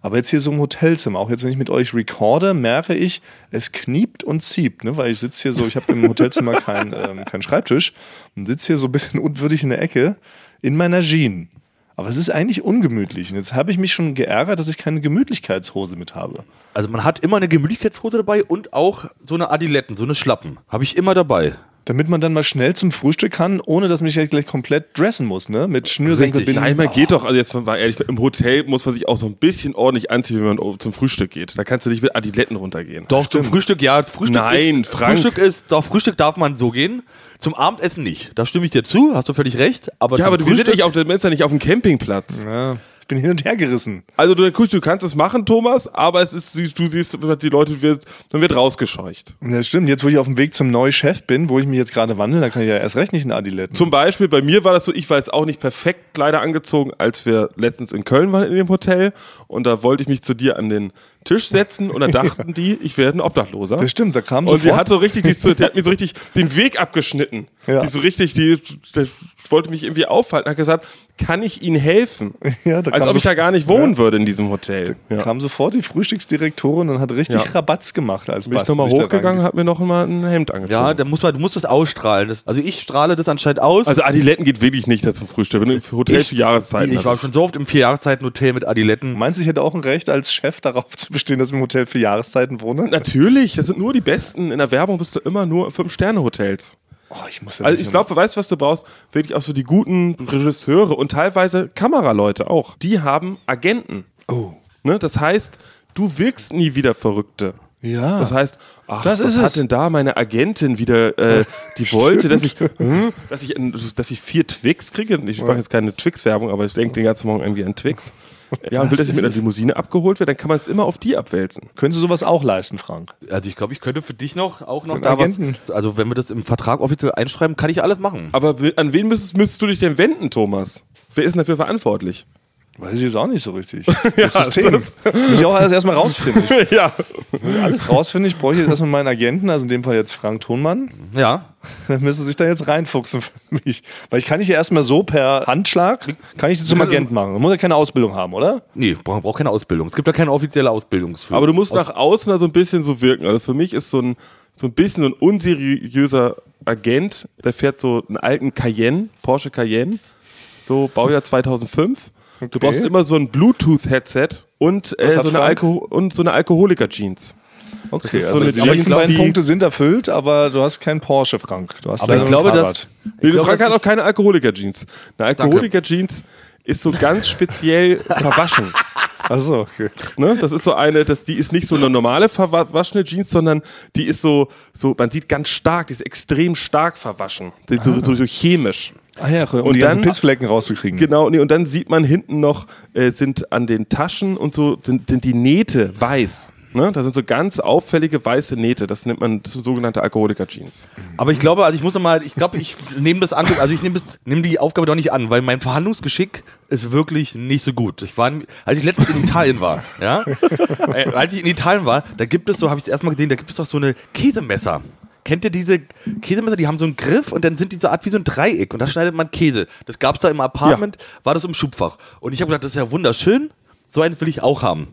B: Aber jetzt hier so im Hotelzimmer, auch jetzt, wenn ich mit euch recorde, merke ich, es kniept und zieht, ne? Weil ich sitze hier so, ich habe im Hotelzimmer keinen ähm, keinen Schreibtisch und sitze hier so ein bisschen unwürdig in der Ecke in meiner Jean. Aber es ist eigentlich ungemütlich. Und jetzt habe ich mich schon geärgert, dass ich keine Gemütlichkeitshose mit habe.
A: Also man hat immer eine Gemütlichkeitshose dabei und auch so eine Adiletten, so eine Schlappen. Habe ich immer dabei.
B: Damit man dann mal schnell zum Frühstück kann, ohne dass man sich halt gleich- gleich komplett dressen muss, ne? Mit Schnürsenkel
A: Richtig.
B: binden.
C: Nein, man geht doch, also jetzt mal ehrlich, im Hotel muss man sich auch so ein bisschen ordentlich anziehen, wenn man zum Frühstück geht. Da kannst du nicht mit Adiletten runtergehen.
A: Doch, zum Frühstück, ja. Frühstück
C: Nein,
A: ist,
C: Frank.
A: Frühstück ist, doch, Frühstück darf man so gehen. Zum Abendessen nicht. Da stimme ich dir zu, hast du völlig recht. Aber
C: Ja,
A: zum
C: aber du bist ja nicht auf, du bist ja nicht auf dem Campingplatz.
B: Ja, ich bin hin und her gerissen.
C: Also du, gut, du kannst es machen, Thomas, aber es ist, du siehst, die Leute wird, dann wird rausgescheucht.
B: Ja, stimmt. Jetzt, wo ich auf dem Weg zum neuen Chef bin, wo ich mich jetzt gerade wandle, da kann ich ja erst recht nicht in Adiletten.
C: Zum Beispiel, bei mir war das so, ich war jetzt auch nicht perfekt leider angezogen, als wir letztens in Köln waren in dem Hotel und da wollte ich mich zu dir an den Tisch setzen und da dachten die, ich werde ein Obdachloser.
B: Das stimmt, da kam
C: Und die
B: sofort-
C: hat so richtig, die, die hat mir so richtig den Weg abgeschnitten.
B: Ja.
C: Die so richtig, die, die wollte mich irgendwie aufhalten, hat gesagt, kann ich Ihnen helfen?
B: Ja, da
C: Als
B: kam
C: ob ich
B: so-
C: da gar nicht wohnen würde in diesem Hotel. Ja.
B: kam sofort die Frühstücksdirektorin und hat richtig
C: Ja.
B: Rabatz gemacht, als
C: Bin ich
B: Basti
C: nochmal
B: sich da
C: hochgegangen, hat mir noch mal ein Hemd angezogen.
A: Ja, da muss man, du musst es ausstrahlen. Das, also ich strahle das anscheinend aus.
C: also Adiletten geht wirklich nicht dazu Frühstück. Wenn du im Hotel für Jahreszeiten
A: Ich war
C: hattest.
A: schon so oft im Vierjahreszeiten-Hotel mit Adiletten.
B: Meinst du, ich hätte auch ein Recht, als Chef darauf zu bestehen, dass ich im Hotel für Jahreszeiten wohne?
C: Natürlich, das sind nur die Besten. In der Werbung bist du immer nur Fünf-Sterne-Hotels.
B: Oh, ich muss ja
C: Also
B: wirklich
C: ich glaube, weißt du, was du brauchst? Wirklich auch so die guten Regisseure und teilweise Kameraleute auch. Die haben Agenten.
B: Oh.
C: Ne? Das heißt, du wirkst nie wieder Verrückte.
B: Ja.
C: Das heißt, ach,
B: Das
C: was
B: ist
C: hat
B: es.
C: denn da meine Agentin wieder, äh, die wollte, dass ich, hm, dass ich, ein- dass ich vier Twix kriege. Ich mache jetzt keine Twix-Werbung, aber ich denke den ganzen Morgen irgendwie an Twix. Ja, und will, dass ich mit einer Limousine abgeholt werde, dann kann man es immer auf die abwälzen.
B: Könntest du sowas auch leisten, Frank?
A: Also ich glaube, ich könnte für dich noch auch noch
B: Für
A: da
B: Agenten.
A: was. Also wenn wir das im Vertrag offiziell einschreiben, kann ich alles machen.
C: Aber wi- an wen müsstest, müsstest du dich denn wenden, Thomas? Wer ist denn dafür verantwortlich?
B: Weiß ich jetzt auch nicht so richtig. Das System. Muss ich auch alles erstmal rausfinden.
C: ja.
B: alles rausfinden. Ich brauche jetzt erstmal meinen Agenten, also in dem Fall jetzt Frank Thonmann.
A: Ja.
B: Dann müssen sie sich da jetzt reinfuchsen für mich. Weil ich kann dich ja erstmal so per Handschlag, kann ich dich zum Agent machen. Man muss ja keine Ausbildung haben, oder?
A: Nee, man braucht keine Ausbildung. Es gibt ja keine offizielle Ausbildung.
C: Aber du musst nach außen da so ein bisschen so wirken. Also für mich ist so ein, so ein bisschen so ein unseriöser Agent, der fährt so einen alten Cayenne, Porsche Cayenne, so Baujahr 2005. Du brauchst immer so ein Bluetooth-Headset und, äh,
B: Was hat
C: so eine
B: Frank?
C: Alko und so eine Alkoholiker-Jeans.
B: Okay,
C: ist so
B: also
C: eine
B: die ersten
C: Jeans,
B: beiden
C: die-
B: Punkte sind erfüllt, aber du hast keinen Porsche, Frank. Du hast
A: Aber
B: leider
A: ich
B: nur ein
A: glaube,
B: Fahrrad.
A: dass
C: Nee,
A: Ich glaub,
C: Frank
A: das
C: hat auch keine Alkoholiker-Jeans. Eine Alkoholiker-Jeans ist so ganz speziell verwaschen.
B: Ach so, okay.
C: Ne? Das ist so eine, das, die ist nicht so eine normale verwaschene Jeans, sondern die ist so, so, man sieht ganz stark, die ist extrem stark verwaschen. Die ist so, so, so chemisch.
B: Ah ja, um
C: Und
B: die ganzen
C: dann-
B: Pissflecken rauszukriegen.
C: Genau, nee, und dann sieht man hinten noch, äh, sind an den Taschen und so, sind, sind die Nähte weiß. Ne? Da sind so ganz auffällige weiße Nähte. Das nennt man das sind sogenannte Alkoholiker-Jeans.
A: Aber ich glaube, also ich muss nochmal, ich glaube, ich nehme das an, also ich nehme das- nehme die Aufgabe doch nicht an, weil mein Verhandlungsgeschick ist wirklich nicht so gut. Ich war, in- als ich letztens in Italien war, ja, äh, als ich in Italien war, da gibt es so, habe ich es erstmal gesehen, da gibt es doch so eine Käsemesser. Kennt ihr diese Käsemesser? Die haben so einen Griff und dann sind die so Art wie so ein Dreieck und da schneidet man Käse. Das gab es da im Apartment, war das im Schubfach. Und ich habe gedacht, das ist ja wunderschön, so einen will ich auch haben.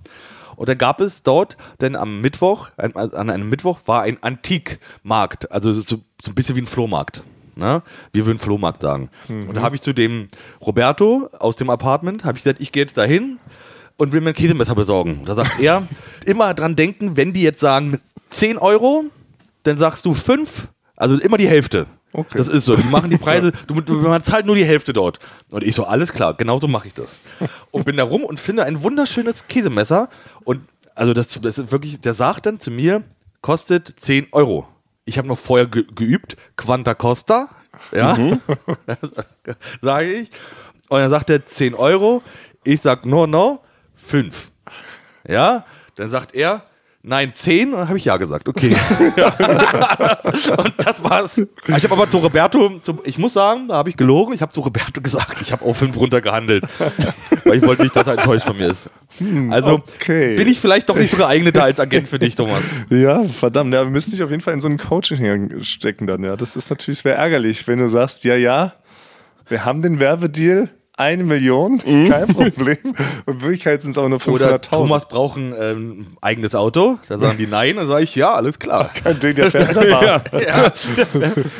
A: Und dann gab es dort, denn am Mittwoch, an an einem Mittwoch war ein Antikmarkt, also so, so ein bisschen wie ein Flohmarkt. Ne? Wir würden Flohmarkt sagen. Und da habe ich zu dem Roberto aus dem Apartment, habe ich gesagt, ich gehe jetzt dahin und will mir ein Käsemesser besorgen. Da sagt er, immer dran denken, wenn die jetzt sagen 10 Euro, dann sagst du 5, also immer die Hälfte.
B: Okay.
A: Das ist so, die machen die Preise, du, du, man zahlt nur die Hälfte dort. Und ich so, alles klar, genau so mache ich das. Und bin da rum und finde ein wunderschönes Käsemesser. Und also das, das ist wirklich, der sagt dann zu mir, kostet 10 Euro. Ich habe noch vorher ge geübt, Quanta Costa, ja, sage ich. Und dann sagt er 10 Euro. Ich sag, no, no, 5. Ja, dann sagt er, nein, zehn. Und dann habe ich ja gesagt, okay. und das war's. Ich habe aber zu Roberto, zum, ich muss sagen, da habe ich gelogen. Ich habe zu Roberto gesagt, ich habe auf fünf runtergehandelt. weil ich wollte nicht, dass er enttäuscht von mir ist. Also
B: okay.
A: bin ich vielleicht doch nicht so geeigneter als Agent für dich, Thomas.
B: Ja, verdammt. Ja, wir müssen dich auf jeden Fall in so einen Coaching stecken dann. Ja, das ist natürlich sehr ärgerlich, wenn du sagst, ja, ja, wir haben den Werbedeal, eine Million, kein Problem. Und in Wirklichkeit sind es aber nur
A: Mhm. Oder
B: 500.000.
A: Thomas braucht ein ähm, eigenes Auto. Da sagen die nein. Dann sage ich, ja, alles klar.
B: Kein Ding, Äh, der fährt da ja. Da bin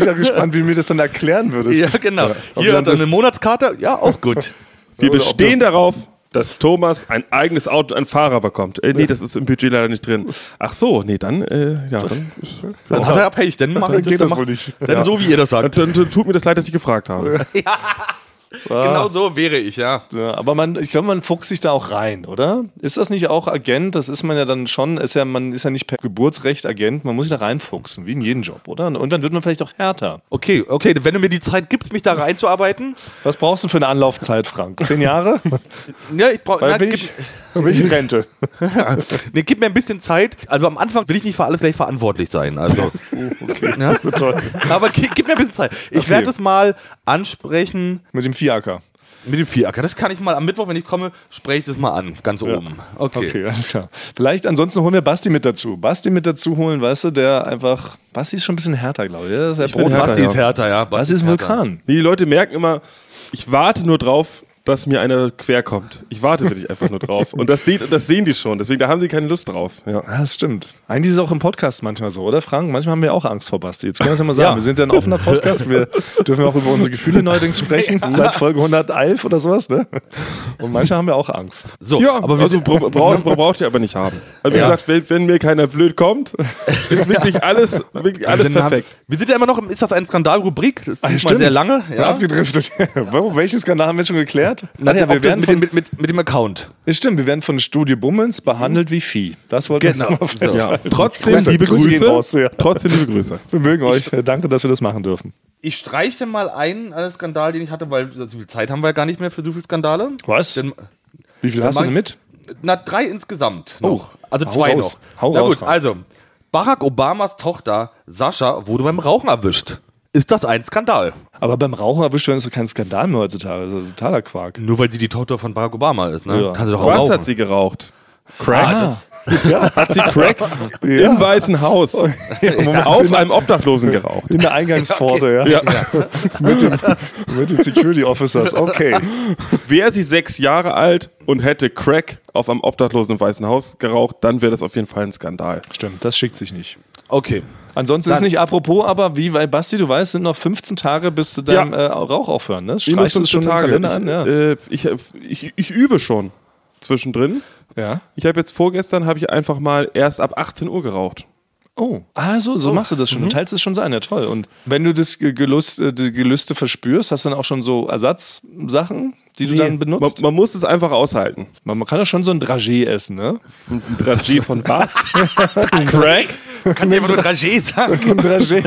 B: ich ja gespannt, wie du mir das dann erklären würdest.
A: Ja, genau.
B: Ob
A: Hier
B: dann
A: hat er eine Monatskarte. Ja, auch gut.
C: Wir
B: Oder ob
C: bestehen darauf, dass Thomas ein eigenes Auto und einen Fahrer bekommt. Äh, nee, das ist im Budget leider nicht drin. Ach so, nee, dann, äh, ja, dann,
A: Dann hat er Pech. Dann macht
B: Dann geht das
A: macht-
B: wohl nicht.
A: Dann so, wie ihr das sagt.
C: dann, dann tut mir das leid, dass ich gefragt habe.
A: Genau so wäre ich, ja.
B: Ah, Ja, aber man, ich glaube, man fuchst sich da auch rein, oder? Ist das nicht auch Agent? Das ist man ja dann schon, ist ja, man ist ja nicht per Geburtsrecht Agent, man muss sich da reinfuchsen, wie in jeden Job, oder? Und dann wird man vielleicht auch härter.
A: Okay, okay, wenn du mir die Zeit gibst, mich da reinzuarbeiten,
B: Was brauchst du für eine Anlaufzeit, Frank? Zehn Jahre?
A: ja, ich brauche.
B: Weil bin
A: Gib,
B: ich, bin ich in Rente.
A: nee, gib mir ein bisschen Zeit. Also am Anfang will ich nicht für alles gleich verantwortlich sein. Also, ja?
B: Toll.
A: Aber gi- gib mir ein bisschen Zeit. Ich
B: Okay.
A: werde es mal ansprechen
B: Mit dem Fiaker.
A: mit dem Vieracker. Das kann ich mal am Mittwoch, wenn ich komme, spreche ich das mal an. Ganz oben. Okay.
B: Okay, alles klar. Vielleicht ansonsten holen wir Basti mit dazu. Basti mit dazu holen, weißt du, der einfach. Basti ist schon ein bisschen härter, glaube ich. Der ist ja
C: bin härter,
A: Oh, Basti
C: ja.
A: ist härter, ja.
B: Basti ist ein
A: härter.
B: Vulkan.
C: Nee, die Leute merken immer, ich warte nur drauf, dass mir einer quer kommt. Ich warte wirklich einfach nur drauf. Und das, sieht, das sehen die schon, deswegen, da haben sie keine Lust drauf. Ja.
B: Ja, das stimmt. Eigentlich ist es auch im Podcast manchmal so, oder Frank? Manchmal haben wir auch Angst vor Basti. Jetzt können wir es ja mal sagen. Wir sind ja ein offener Podcast. Wir dürfen ja auch über unsere Gefühle neuerdings sprechen. Seit Folge 111 oder sowas, ne? Und manchmal haben wir auch Angst.
A: So,
C: Ja,
A: aber
C: aber
A: wir-
C: also bra braucht, braucht ihr aber nicht haben. Also wie
A: Ja.
C: gesagt, wenn, wenn mir keiner blöd kommt, ist wirklich alles, wirklich alles
A: Dann haben-
C: perfekt.
A: wir sind ja immer noch im Ist das ein Skandal-Rubrik? Das ist mal sehr lange.
B: Ah, Ja. Abgedriftet. Warum, welchen Skandal haben wir schon geklärt?
A: Naja,
B: Ach ja,
A: wir werden mit,
B: von,
A: dem- mit, mit, mit dem Account.
B: ist stimmt, wir werden von Studie Bummens behandelt wie Vieh. Das wollten
A: Genau.
B: wir mal
A: So.
B: festhalten.
C: Ja. Trotzdem
B: Grüße,
C: liebe
B: Grüße gehen
C: Grüße.
B: raus, ja.
C: Trotzdem liebe Grüße.
B: Wir mögen euch. Danke, dass wir das machen dürfen.
A: Ich streiche mal einen äh, Skandal, den ich hatte, weil so viel Zeit haben wir ja gar nicht mehr für so viele Skandale.
B: Was?
A: Dann,
B: Wie viel hast du
A: mach ich-
B: denn mit?
A: na, drei insgesamt. Noch.
B: Oh,
A: also
B: hau
A: zwei
B: raus.
A: noch.
B: Hau
A: na
B: raus,
A: gut,
B: Frank.
A: also Barack Obamas Tochter Sascha wurde beim Rauchen erwischt. Ist das ein Skandal?
B: Aber beim Rauchen erwischt werden so kein Skandal mehr heutzutage. Das ist totaler Quark.
A: Nur weil sie die Tochter von Barack Obama ist, ne?
B: Ja.
A: Kann sie doch auch
C: Was
A: rauchen.
C: hat sie geraucht?
B: Crack?
C: Hat sie Crack im Weißen Haus auf einem Obdachlosen geraucht?
B: In der Eingangspforte, ja. mit, den, mit den Security Officers, okay.
C: Wäre sie sechs Jahre alt und hätte Crack auf einem Obdachlosen im Weißen Haus geraucht, dann wäre das auf jeden Fall ein Skandal.
B: Stimmt, das schickt sich nicht.
A: Okay.
B: Ansonsten ist nicht apropos, aber wie weil Basti, du weißt, sind noch 15 Tage bis zu deinem
C: Ja.
B: äh, Rauch aufhören, ne?
C: Minus
B: Streichst du es schon
C: 15
B: im Kalender an? Ja.
C: Ich, äh, ich, ich, ich übe schon zwischendrin.
B: ja.
C: Ich habe jetzt vorgestern habe ich einfach mal erst ab 18 Uhr geraucht.
B: Oh, ah, so, so machst du das schon. Du teilst es schon so ein, ja toll. Und wenn du das Ge- Gelust, äh, die Gelüste verspürst, hast du dann auch schon so Ersatzsachen, die du dann
C: Man,
B: benutzt?
C: man muss es einfach aushalten.
B: Man, man kann doch schon so ein Dragé essen, ne?
C: Ein Dragé von was? Crack?
A: Kann dir einfach nur Dragé sagen.
B: Kim Dragé.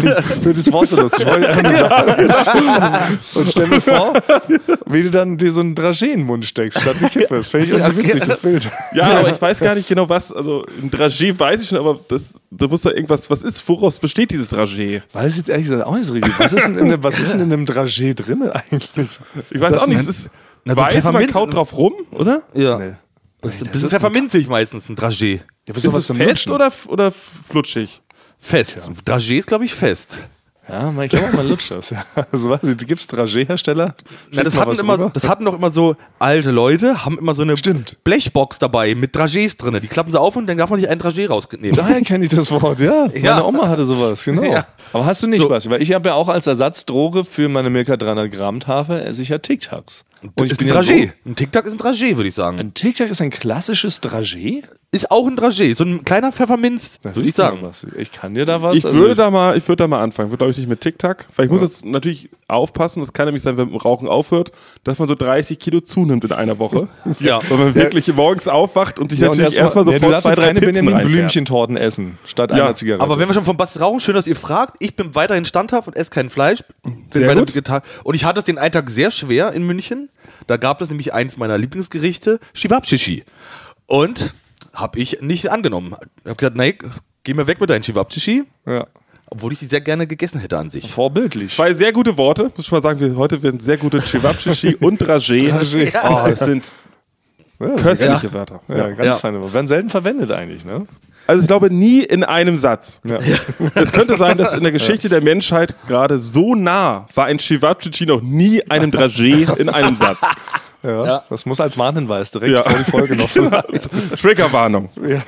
B: Das Wort so lustig. Ich wollte einfach nur sagen. Und stell mir vor, wie du dann dir so einen Dragé in den Mund steckst, statt eine Kippe. Finde ich irgendwie witzig, das Bild.
C: Ja, aber ich weiß gar nicht genau was. Also ein Dragé weiß ich schon, aber das, da muss da irgendwas. Was ist? Woraus besteht dieses Dragé?
B: Weiß jetzt ehrlich gesagt auch nicht so richtig. Was ist denn in, einem- was ist denn in einem Dragé drin eigentlich?
C: Ich weiß
A: das
C: auch nicht.
A: ein-
C: Es ist
A: Na, so
C: weiß, man
A: Pfefferminz-
C: kaut drauf rum, oder?
A: Ja.
B: Nee.
A: Das ist ein bisschen pfefferminzig meistens, ein Dragé.
B: Ja, bist
C: Ist es fest oder, f- oder f- flutschig?
A: Fest. Dragé ist, glaube ich, fest.
B: Ja, man- ich glaube, man lutscht das. Ja. Also, weiß ich, gibt es Dragé-Hersteller?
A: Na, das,
B: Schickt mal
A: hatten
B: was
A: immer,
B: rüber.
A: das hatten doch immer so alte Leute, haben immer so eine
B: Stimmt.
A: Blechbox dabei mit Dragés drin. Die klappen sie auf und dann darf man sich einen Dragé rausnehmen.
B: Daher kenne ich das Wort, ja.
A: Ja.
B: Meine Oma hatte sowas, genau.
A: Ja.
B: Aber hast du nicht Basti? Weil ich habe ja auch als Ersatzdroge für meine Milka 300 Gramm Tafel esse ich ja Tic-Tacs. Und ich
A: ist ein
B: ja
A: Dragé.
B: so-
A: ein Tic-Tac ist ein Dragé, würde ich sagen.
B: Ein Tic-Tac ist ein klassisches Dragé?
A: Ist auch ein Dragé. So ein kleiner Pfefferminz, würde ich
B: Siehst du mal,
A: sagen.
B: Basti? Ich kann dir da was. also-
C: Ich würde da mal, ich würde da mal anfangen. Wird glaube ich nicht mit Tic-Tac. Weil ich muss jetzt natürlich aufpassen. Das kann nämlich sein, wenn man mit dem Rauchen aufhört, dass man so 30 Kilo zunimmt in einer Woche.
A: Ja.
C: Weil man wirklich morgens aufwacht und sich natürlich erstmal
B: ja, du
C: sofort
B: darfst
C: zwei,
B: jetzt
C: drei
B: keine
C: Pizzen
B: Benjamin
C: reinfährt.
B: Blümchentorten essen, statt einer Zigarette.
A: Aber wenn wir schon vom Basti rauchen, schön, dass ihr fragt. Ich bin weiterhin standhaft und esse kein Fleisch. Bin
C: Sehr
A: weiter
C: gut.
A: vegetar- Und ich hatte es den einen Tag sehr schwer in München. Da gab es nämlich eins meiner Lieblingsgerichte, Shivapchichi. Und Hab ich nicht angenommen. Hab gesagt, nee, geh mir weg mit deinen Chivapchichi.
B: Ja.
A: Obwohl ich die sehr gerne gegessen hätte an sich.
B: Vorbildlich.
C: Zwei sehr gute Worte. Muss ich schon mal sagen, wir heute werden sehr gute Chivapchichi und Dragé. Oh, das sind köstliche
A: Ja.
C: Wörter.
B: Ja, ganz
A: Ja.
B: feine Worte. Werden selten verwendet eigentlich, ne?
C: Also ich glaube nie in einem Satz.
B: Ja.
C: Es könnte sein, dass in der Geschichte der Menschheit gerade so nah war ein Chivapchichi noch nie einem Dragé in einem Satz.
B: Ja. Das muss als Warnhinweis direkt
C: Ja.
B: vor die Folge noch
C: Triggerwarnung.
B: Ja,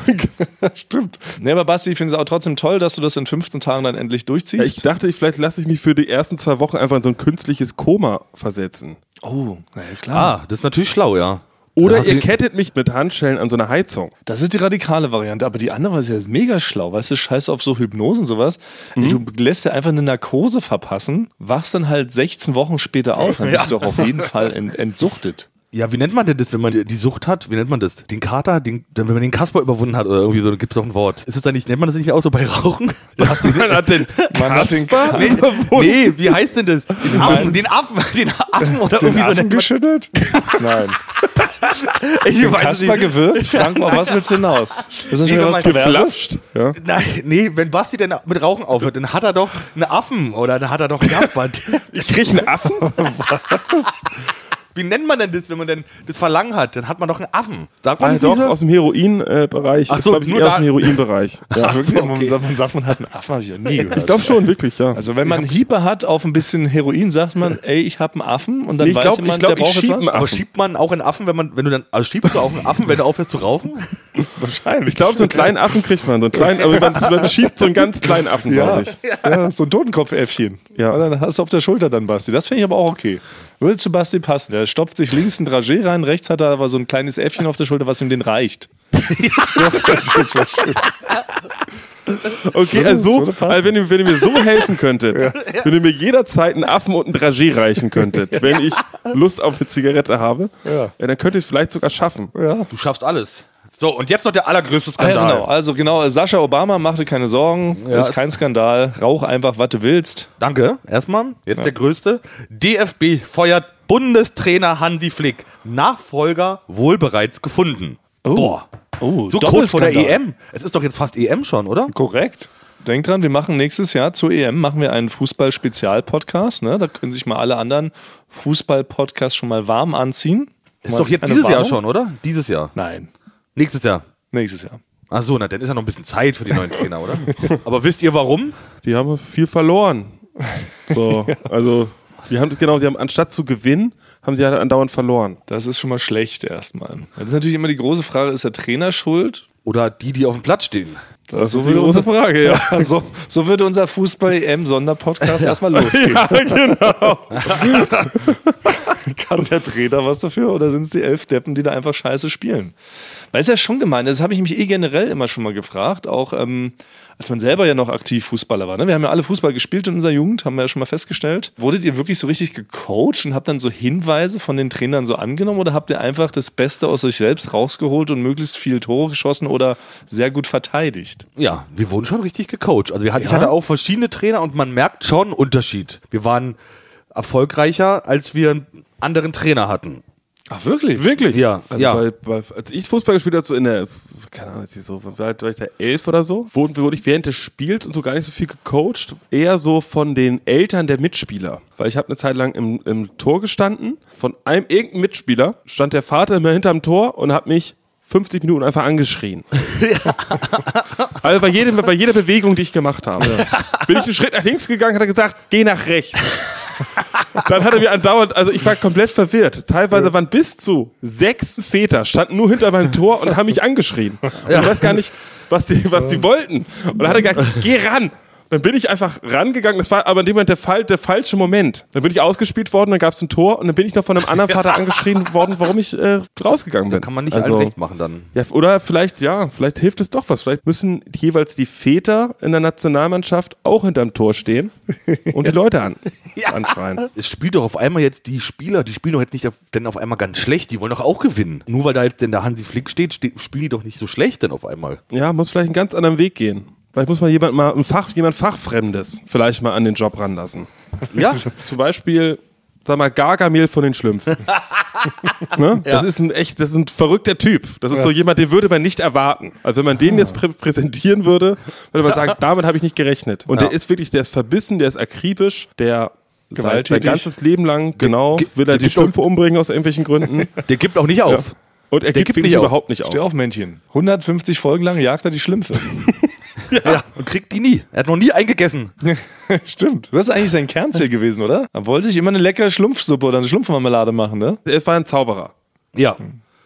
B: stimmt. Nee, aber Basti, ich finde es auch trotzdem toll, dass du das in 15 Tagen dann endlich
C: Ja, ich
B: durchziehst.
C: dachte, ich, vielleicht lasse ich mich für die ersten zwei Wochen einfach in so ein künstliches Koma versetzen.
B: oh, na ja, klar.
A: Ah, das ist natürlich schlau, ja.
C: Oder
A: hast
C: ihr
A: du-
C: kettet mich mit Handschellen an so eine Heizung.
B: Das ist die radikale Variante, aber die andere ist ja mega schlau, weißt du, scheiß auf so Hypnose und sowas. Du lässt dir einfach eine Narkose verpassen, wachst dann halt 16 Wochen später auf, dann bist du doch auf jeden Fall ent entsuchtet.
A: Ja, wie nennt man denn das, wenn man die die Sucht hat? Wie nennt man das? Den Kater, den, wenn man den Kasper überwunden hat oder irgendwie so, gibt es doch ein Wort. Ist es da nicht, nennt man das nicht auch so bei Rauchen?
C: Man hat den
B: Man hat den
C: Kasper
A: nee, nee, wie heißt denn das? Den Affen,
B: meinst-
A: den Affen, den Affen oder
B: Den
A: irgendwie
B: Affen
A: so. nennt man-
B: geschüttelt? Nein.
A: Ich weiß es
B: Kasper
A: nicht.
B: gewürgt? Frank, auf was willst du hinaus? Ist das
A: Nee,
B: schon wieder
A: wenn
B: was
A: man-
B: Perverses? Ja.
A: Nein, nee, wenn Basti denn mit Rauchen aufhört, dann hat er doch einen Affen oder dann hat er doch einen Kasper.
C: Ich krieg einen Affen.
A: wie nennt man denn das, wenn man denn das Verlangen hat? Dann hat man doch einen Affen. Sagt man
C: Ah,
A: nicht
C: doch,
A: diese?
C: aus dem Heroin-Bereich.
A: Ach
C: Ist,
A: so,
C: glaub ich,
A: nur
C: eher
A: da-
C: aus dem Heroin-Bereich.
B: Ja, wirklich,
A: so, okay.
B: man, man sagt, man hat einen Affen, habe ich ja nie gehört.
C: Ich glaube schon, wirklich, ja.
B: Also wenn man Hiepe hat auf ein bisschen Heroin, sagt man, ey, ich habe einen Affen und dann
C: Nee, ich
B: weiß
C: glaub-
B: jemand,
C: ich glaub,
B: der
C: ich
B: braucht
C: schieb
B: jetzt
C: einen
B: was.
A: Aber schiebt man auch einen Affen, wenn man, wenn du dann, also schiebst du auch einen Affen, wenn du aufhörst zu rauchen?
B: Wahrscheinlich.
C: ich glaube, so einen kleinen Affen kriegt man. So einen kleinen, aber man, man schiebt so einen ganz kleinen Affen,
B: Ja.
C: glaube ich.
B: ja, so ein Totenkopfäffchen.
C: Ja.
B: Und dann hast du auf der Schulter dann Basti. Das finde ich aber auch okay. Würde zu Basti passen. Der stopft sich links ein Dragé rein, rechts hat er aber so ein kleines Äffchen auf der Schulter, was ihm den reicht.
C: Okay, also,
B: würde
C: so,
B: passen.
C: also wenn, ihr, wenn ihr mir so helfen könntet, wenn ihr mir jederzeit einen Affen und einen Dragé reichen könntet, wenn ich Lust auf eine Zigarette habe,
B: Ja.
C: dann könnt ihr es vielleicht sogar schaffen.
B: Ja.
A: Du schaffst alles. So, und jetzt noch der allergrößte
B: Ah,
A: Skandal.
B: ja, genau. Also genau, Sascha Obama machte keine Sorgen. ist
A: es-
B: kein Skandal. Rauch einfach, was du willst.
A: Danke, erstmal. Jetzt der größte. DFB feuert Bundestrainer Hansi Flick. Nachfolger wohl bereits gefunden. Boah.
B: Oh,
A: So kurz vor der
B: Doppelskandal.
A: EM. Es ist doch jetzt fast EM schon, oder?
B: Korrekt. Denk dran, wir machen nächstes Jahr zur EM machen wir einen Fußball-Spezial-Podcast. Ne? Da können sich mal alle anderen Fußball-Podcasts schon mal warm anziehen.
A: Ist doch jetzt dieses Jahr schon, oder? Dieses Jahr.
B: Nein,
A: Nächstes Jahr.
B: nächstes Jahr.
A: Ach so, na dann ist ja noch ein bisschen Zeit für die neuen Trainer, oder? Aber wisst ihr warum?
C: die haben viel verloren. So, also die haben genau, die haben anstatt zu gewinnen, haben sie halt andauernd verloren.
B: Das ist schon mal schlecht erstmal. Das ist natürlich immer die große Frage, ist der Trainer schuld?
A: Oder die, die auf dem Platz stehen.
B: Das so
C: ist die große Frage, ja.
B: so, so würde unser Fußball-EM-Sonderpodcast erstmal losgehen.
C: genau.
B: Kann der Trainer was dafür oder sind es die elf Deppen, die da einfach scheiße spielen? Weil es ist ja schon gemein, das habe ich mich eh generell immer schon mal gefragt, auch ähm, als man selber ja noch aktiv Fußballer war. Ne? Wir haben ja alle Fußball gespielt in unserer Jugend, haben wir ja schon mal festgestellt. Wurdet ihr wirklich so richtig gecoacht und habt dann so Hinweise von den Trainern so angenommen oder habt ihr einfach das Beste aus euch selbst rausgeholt und möglichst viele Tore geschossen oder sehr gut verteidigt?
A: Ja, wir wurden schon richtig gecoacht. Also wir hatten, ich hatte auch verschiedene Trainer und man merkt schon einen Unterschied. Wir waren erfolgreicher, als wir einen anderen Trainer hatten.
B: Ach wirklich?
C: Wirklich?
A: Ja,
C: Also
A: ja.
C: Bei, bei, als ich Fußball gespielt habe, so in der, keine Ahnung, als ich so, war ich- war ich da elf oder so, wurden wurde ich während des Spiels und so gar nicht so viel gecoacht, eher so von den Eltern der Mitspieler. Weil ich habe eine Zeit lang im, im Tor gestanden, von einem irgendeinem Mitspieler stand der Vater immer hinterm Tor und hat mich 50 Minuten einfach angeschrien. Also bei, jedem, bei jeder Bewegung, die ich gemacht habe, bin ich einen Schritt nach links gegangen, hat er gesagt, geh nach rechts. Dann hat er mir andauernd, also ich war komplett verwirrt. Teilweise waren bis zu sechs Väter, standen nur hinter meinem Tor und haben mich angeschrien. Und ich weiß gar nicht, was die, was die wollten. Und dann hat er gesagt, geh ran. Dann bin ich einfach rangegangen, das war aber in dem Moment der, Fall, der falsche Moment. Dann bin ich ausgespielt worden, dann gab es ein Tor und dann bin ich noch von einem anderen Vater angeschrien worden, warum ich äh, rausgegangen bin. Also,
A: Kann man nicht allen recht machen dann.
C: Ja, oder vielleicht, ja, vielleicht hilft es doch was. Vielleicht müssen jeweils die Väter in der Nationalmannschaft auch hinterm Tor stehen und die Leute an, anschreien.
A: es spielt doch auf einmal jetzt die Spieler, die spielen doch jetzt nicht auf, denn auf einmal ganz schlecht, die wollen doch auch gewinnen. Nur weil da jetzt denn der Hansi Flick steht, ste spielen die doch nicht so schlecht denn auf einmal.
C: Ja, muss vielleicht einen ganz anderen Weg gehen. Vielleicht muss man jemand mal, ein Fach, jemand Fachfremdes vielleicht mal an den Job ranlassen.
A: Ja,
C: Zum Beispiel, sag mal, Gargamel von den Schlümpfen. ne? Das ist ein echt, das ist ein verrückter Typ. Das ist so jemand, den würde man nicht erwarten. Also wenn man den jetzt prä präsentieren würde, würde man sagen, damit habe ich nicht gerechnet. Und der ist wirklich, der ist verbissen, der ist akribisch, der sein, sein
B: Gewalttätig.
C: ganzes Leben lang, genau,
A: ge-
C: will er
A: der
C: die
A: gibt um-
C: Schimpfe umbringen aus irgendwelchen Gründen.
A: Der gibt auch nicht auf.
C: Und er
A: Der
C: gibt,
A: gibt
C: wirklich
A: nicht auf.
C: überhaupt nicht
B: Steh
C: auf.
B: auf, Männchen. 150 Folgen lang jagt er die Schlümpfe.
A: Ja. und kriegt die nie. Er hat noch nie eingegessen.
B: Stimmt. Das ist eigentlich sein Kernziel gewesen, oder? Er wollte sich immer eine leckere Schlumpfsuppe oder eine Schlumpfmarmelade machen, ne?
C: Es war ein Zauberer.
A: Ja.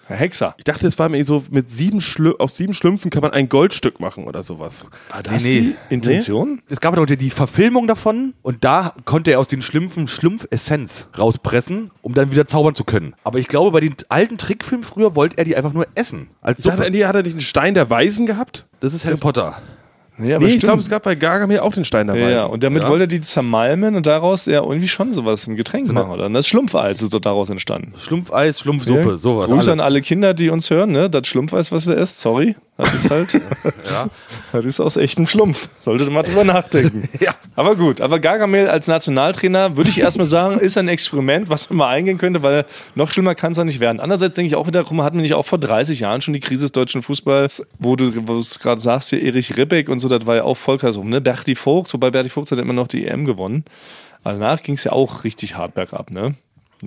B: Herr Hexer.
C: Ich dachte, es war mir so, mit sieben Schlü aus sieben Schlümpfen kann man ein Goldstück machen oder sowas.
B: War
A: Nee, nee.
B: die Intention?
A: Es gab doch die Verfilmung davon und da konnte er aus den Schlümpfen Schlumpfessenz rauspressen, um dann wieder zaubern zu können. Aber ich glaube, bei den alten Trickfilmen früher wollte er die einfach nur essen. Als
C: Hat er,
A: Suppe.
C: nee, hat er nicht einen Stein der Weisen gehabt?
A: Das ist Harry Potter.
B: Nee, aber
C: nee, ich
B: stimmt.
C: glaube, es gab bei Gargamel auch den Stein der Weisen.
B: Ja, und damit wollte er die zermalmen und daraus ja irgendwie schon sowas, ein Getränk machen, oder? Und das Schlumpfeis ist doch daraus entstanden.
A: Schlumpfeis, Schlumpfsuppe,
B: Ja.
A: sowas.
B: Gruß
A: alles.
B: an alle Kinder, die uns hören, ne? Das Schlumpfeis, was der isst, sorry. Das ist halt. Das ist aus echtem Schlumpf. Solltet ihr mal drüber nachdenken.
A: Ja.
B: Aber gut, aber Gargamel als Nationaltrainer würde ich erstmal sagen, ist ein Experiment, was man mal eingehen könnte, weil noch schlimmer kann es ja nicht werden. Andererseits denke ich auch wiederum, hatten wir nicht auch vor 30 Jahren schon die Krise des deutschen Fußballs, wo du wo du es gerade sagst, hier Erich Ribbeck und so, das war ja auch Volkersum, ne? Berti Vogts, wobei Berti Vogts hat ja immer noch die EM gewonnen. Aber danach ging es ja auch richtig hart bergab, ne? Und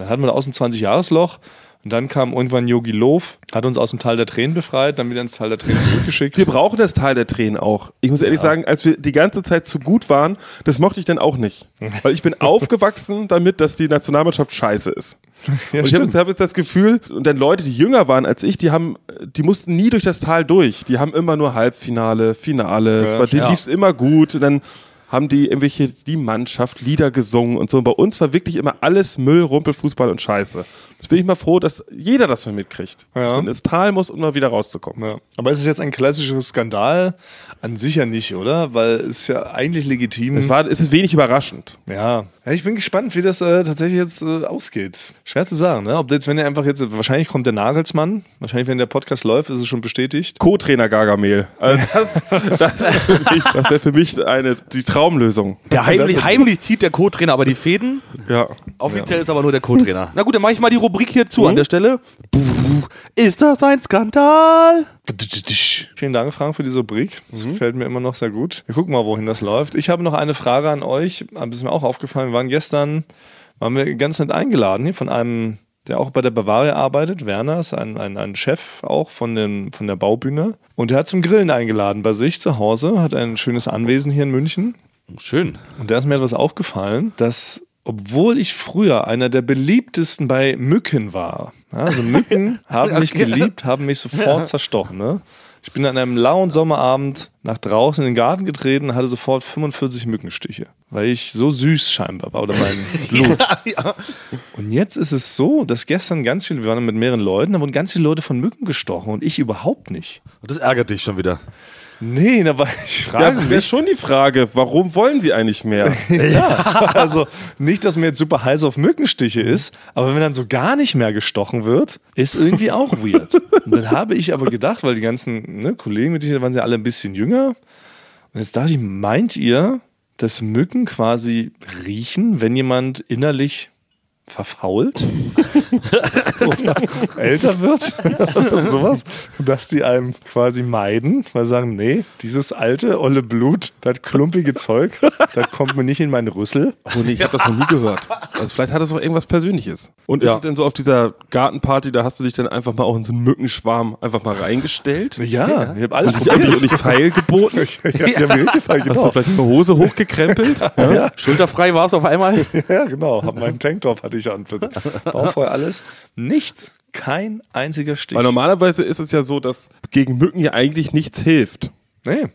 B: dann hatten wir da aus dem 20-Jahres-Loch. Und dann kam irgendwann Yogi Loof, hat uns aus dem Tal der Tränen befreit, dann wieder ins Tal der Tränen zurückgeschickt.
C: Wir brauchen das Tal der Tränen auch. Ich muss ehrlich sagen, als wir die ganze Zeit zu gut waren, das mochte ich dann auch nicht. Weil ich bin aufgewachsen damit, dass die Nationalmannschaft scheiße ist. und ich habe jetzt, hab jetzt das Gefühl, und dann Leute, die jünger waren als ich, die haben, die mussten nie durch das Tal durch. Die haben immer nur Halbfinale, Finale.
B: Ja,
C: Bei denen
A: ja.
C: lief's immer gut. Und dann haben die irgendwelche, die Mannschaft Lieder gesungen und so. Und bei uns war wirklich immer alles Müll, Rumpel, Fußball und Scheiße. Jetzt bin ich mal froh, dass jeder das mal mitkriegt.
B: Ja.
C: Dass man ins Tal muss, um mal wieder rauszukommen.
B: Ja. Aber ist es jetzt ein klassischer Skandal? An sich ja nicht, oder? Weil es ist ja eigentlich legitim.
C: Es, war, es ist wenig überraschend.
B: ja. ja, ich bin gespannt, wie das äh, tatsächlich jetzt äh, ausgeht. Schwer zu sagen, ne? Ob jetzt, wenn er einfach jetzt, wahrscheinlich kommt der Nagelsmann, wahrscheinlich, wenn der Podcast läuft, ist es schon bestätigt.
C: Co-Trainer Gargamel. Also das, das, ist für mich- das wäre für mich eine, die Traumlösung.
A: Der heimlich, heimlich zieht der Co-Trainer aber die Fäden.
C: Ja.
A: Offiziell ist aber nur der Co-Trainer. Mhm. Na gut, dann mache ich mal die Rubrik hier zu an der Stelle. Ist das ein Skandal?
B: Vielen Dank, Frank, für diese Rubrik. Das gefällt mir immer noch sehr gut. Wir gucken mal, wohin das läuft. Ich habe noch eine Frage an euch. Das ist mir auch aufgefallen. Wir waren gestern, waren wir ganz nett eingeladen hier von einem, der auch bei der Bavaria arbeitet. Werner ist ein, ein, ein Chef auch von, den, von der Baubühne. Und der hat zum Grillen eingeladen bei sich zu Hause, hat ein schönes Anwesen hier in München.
A: Schön.
B: Und da ist mir etwas aufgefallen, dass obwohl ich früher einer der beliebtesten bei Mücken war, ja, also Mücken haben mich geliebt, haben mich sofort zerstochen. Ne? Ich bin an einem lauen Sommerabend nach draußen in den Garten getreten, hatte sofort 45 Mückenstiche, weil ich so süß scheinbar war oder mein Blut. Und jetzt ist es so, dass gestern ganz viele, wir waren mit mehreren Leuten, da wurden ganz viele Leute von Mücken gestochen und ich überhaupt nicht.
A: Und das ärgert dich schon wieder.
B: Nee, aber ich
C: Ja,
B: frage mich.
C: wäre schon die Frage, warum wollen sie eigentlich mehr?
B: Ja, also nicht, dass mir jetzt super heiß auf Mückenstiche ist, aber wenn dann so gar nicht mehr gestochen wird, ist irgendwie auch weird. Und dann habe ich aber gedacht, weil die ganzen ne, Kollegen mit denen waren ja alle ein bisschen jünger. Und jetzt dachte ich, meint ihr, dass Mücken quasi riechen, wenn jemand innerlich verfault oder älter wird oder sowas, dass die einem quasi meiden, weil sie sagen, nee, dieses alte, olle Blut, das klumpige Zeug, das kommt mir nicht in meinen Rüssel.
C: Oh nee, ich habe das noch nie gehört. Also vielleicht hat das auch irgendwas Persönliches. Und ist es denn so auf dieser Gartenparty, da hast du dich dann einfach mal auch in so einen Mückenschwarm einfach mal reingestellt?
B: Ja, ich habe alles
C: Ich habe dir
B: probiert.
C: nicht Pfeil geboten.
B: Ja, ja. Fall,
C: Hast du
B: genau.
C: vielleicht eine Hose hochgekrempelt?
B: Ja,
A: Schulterfrei war es auf einmal.
B: ja, genau. Hab meinen Tanktop hatte ich an. War vorher alles. Nichts. Kein einziger Stich.
C: Weil normalerweise ist es ja so, dass gegen Mücken ja eigentlich nichts hilft.
B: Nee.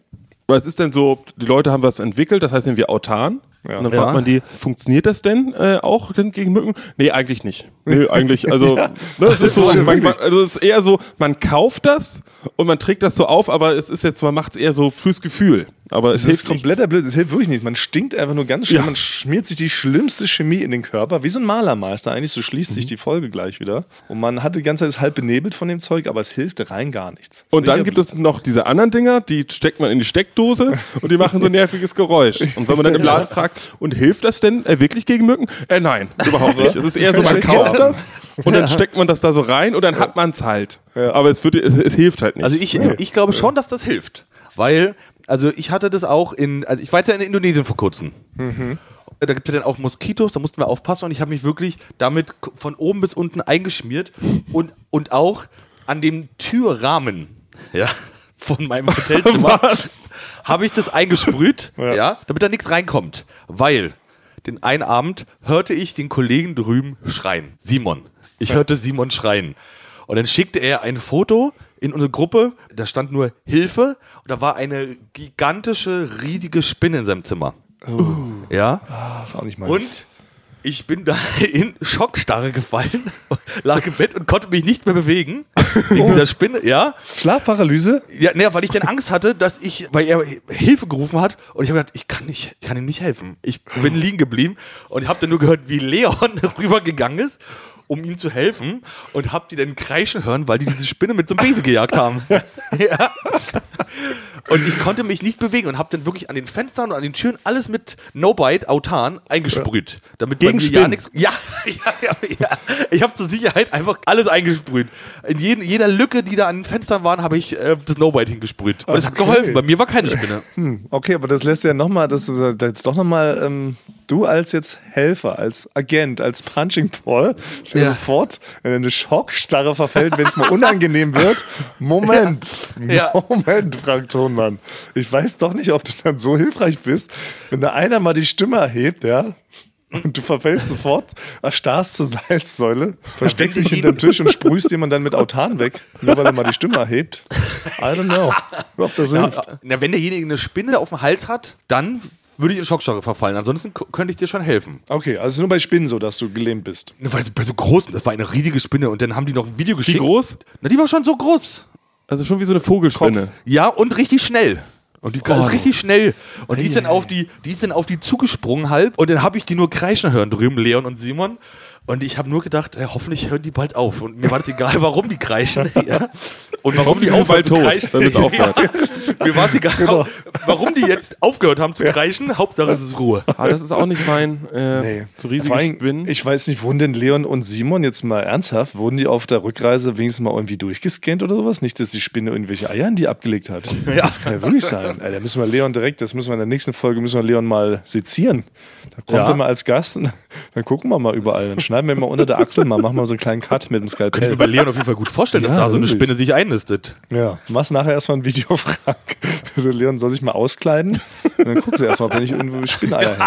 C: Was ist denn so, die Leute haben was entwickelt, das heißt irgendwie autan.
B: Ja.
C: Und dann fragt
A: Ja.
C: man die, funktioniert das denn äh, auch denn gegen Mücken? Nee, eigentlich nicht. Nee, eigentlich, also, ne, es ist so,
B: schon
C: man, man, also es ist eher so, man kauft das und man trägt das so auf, aber es ist jetzt, man macht es eher so fürs Gefühl. Aber
B: Das
C: es
B: ist
C: hilft nichts.
B: kompletter Blödsinn. Das hilft wirklich nicht. Man stinkt einfach nur ganz schlimm.
C: Ja.
B: Man schmiert sich die schlimmste Chemie in den Körper. Wie so ein Malermeister. Eigentlich so schließt
C: Mhm.
B: sich die Folge gleich wieder. Und man hat die ganze Zeit ist halb benebelt von dem Zeug, aber es hilft rein gar nichts.
C: Und dann gibt es noch diese anderen Dinger, die steckt man in die Steckdose und die machen so ein nerviges Geräusch. Und wenn man dann im Laden fragt, und hilft das denn äh, wirklich gegen Mücken? Äh, nein, überhaupt nicht. Es ist eher so, man kauft das und dann steckt man das da so rein und dann hat man es halt. Aber es, wird, es, es hilft halt nicht.
A: Also ich, ich glaube schon, dass das hilft. Weil, also ich hatte das auch in, also ich war jetzt ja in Indonesien vor kurzem. Da gibt es dann auch Moskitos, da mussten wir aufpassen und ich habe mich wirklich damit k- von oben bis unten eingeschmiert und, und auch an dem Türrahmen ja, von meinem Hotelzimmer habe ich das eingesprüht, ja. damit da nichts reinkommt. Weil den einen Abend hörte ich den Kollegen drüben schreien. Simon. Ich hörte Simon schreien. Und dann schickte er ein Foto in unsere Gruppe, da stand nur Hilfe und da war eine gigantische, riesige Spinne in seinem Zimmer. Ja.
B: es auch nicht meins.
A: Und ich bin da in Schockstarre gefallen, lag im Bett und konnte mich nicht mehr bewegen. Wegen dieser Spinne, ja.
B: Schlafparalyse?
A: Ja, nee, weil ich dann Angst hatte, dass ich, weil er Hilfe gerufen hat und ich habe gedacht, ich kann nicht, ich kann ihm nicht helfen. Ich bin liegen geblieben und habe dann nur gehört, wie Leon rübergegangen ist, um ihm zu helfen und habe die dann kreischen hören, weil die diese Spinne mit so einem Besen gejagt haben. ja. Und ich konnte mich nicht bewegen und habe dann wirklich an den Fenstern und an den Türen alles mit No-Bite, Autan eingesprüht. Damit bei
C: Gegen
A: mir ja
C: Spinnen.
A: nichts. Ja, ja, ja, ja. Ich habe zur Sicherheit einfach alles eingesprüht. In jeden, jeder Lücke, die da an den Fenstern waren, habe ich äh, das No-Bite hingesprüht. Und es hat
B: Okay.
A: geholfen. Bei mir war keine Spinne.
B: Okay, aber das lässt ja nochmal, das das jetzt doch nochmal, ähm, du als jetzt Helfer, als Agent, als Punching Paul, der
A: Ja.
B: sofort in eine Schockstarre verfällt, wenn es mal unangenehm wird. Moment,
A: Ja.
B: Moment, Frank Thonmann. Ich weiß doch nicht, ob du dann so hilfreich bist, wenn da einer mal die Stimme erhebt, ja. Und du verfällst sofort, erstarrst zur Salzsäule, versteckst dich hinterm Tisch und sprühst jemand dann mit Autan weg, nur weil er mal die Stimme erhebt. I don't know, ob das hilft.
A: Na, wenn derjenige eine Spinne auf dem Hals hat, dann würde ich in Schockstarre verfallen. Ansonsten k- könnte ich dir schon helfen.
B: Okay, also es ist nur bei Spinnen so, dass du gelähmt bist.
A: Na, Weil bei so großen, das war eine riesige Spinne und dann haben die noch ein Video geschickt.
C: groß?
A: Na, die war schon so groß.
C: also schon wie so eine Vogelspinne.
A: Ja, und richtig schnell. Und die
B: Oh.
A: ist richtig schnell. Und die ist, dann auf die, die ist dann auf die zugesprungen halb. Und dann habe ich die nur kreischen hören drüben, Leon und Simon. Und ich habe nur gedacht, ey, hoffentlich hören die bald auf. Und mir war das egal, warum die kreischen. ja. Und warum die
C: Hoffentlich sind
A: auch
C: sie bald
A: bald
C: tot,
A: kreischen.
C: damit es aufhört.
A: Ja. Mir war es egal, warum die jetzt aufgehört haben zu kreischen. Hauptsache es ist Ruhe.
C: Ah, das ist auch nicht mein äh, so riesige
B: Vor allem,
C: Spinnen.
B: Ich weiß nicht, wurden denn Leon und Simon jetzt mal ernsthaft, wurden die auf der Rückreise wenigstens mal irgendwie durchgescannt oder sowas? Nicht, dass die Spinne irgendwelche Eier in die abgelegt hat. Das kann ja wirklich sein. Ey, Da müssen wir Leon direkt, das müssen wir in der nächsten Folge, müssen wir Leon mal sezieren. Da kommt
A: Ja.
B: er mal als Gast und dann gucken wir mal überall. Dann schneiden wir mal unter der Achsel mal, machen wir so einen kleinen Cut mit dem
A: Ich kann
B: Skalpell.
A: mir bei Leon auf jeden Fall gut vorstellen,
B: Ja,
A: dass da so eine
B: wirklich.
A: Spinne sich einnistet.
B: Ja, mach's nachher erstmal ein Video, Frank. Also Leon soll sich mal auskleiden und dann guckst du erstmal, ob da nicht irgendwo Spinneier hängen.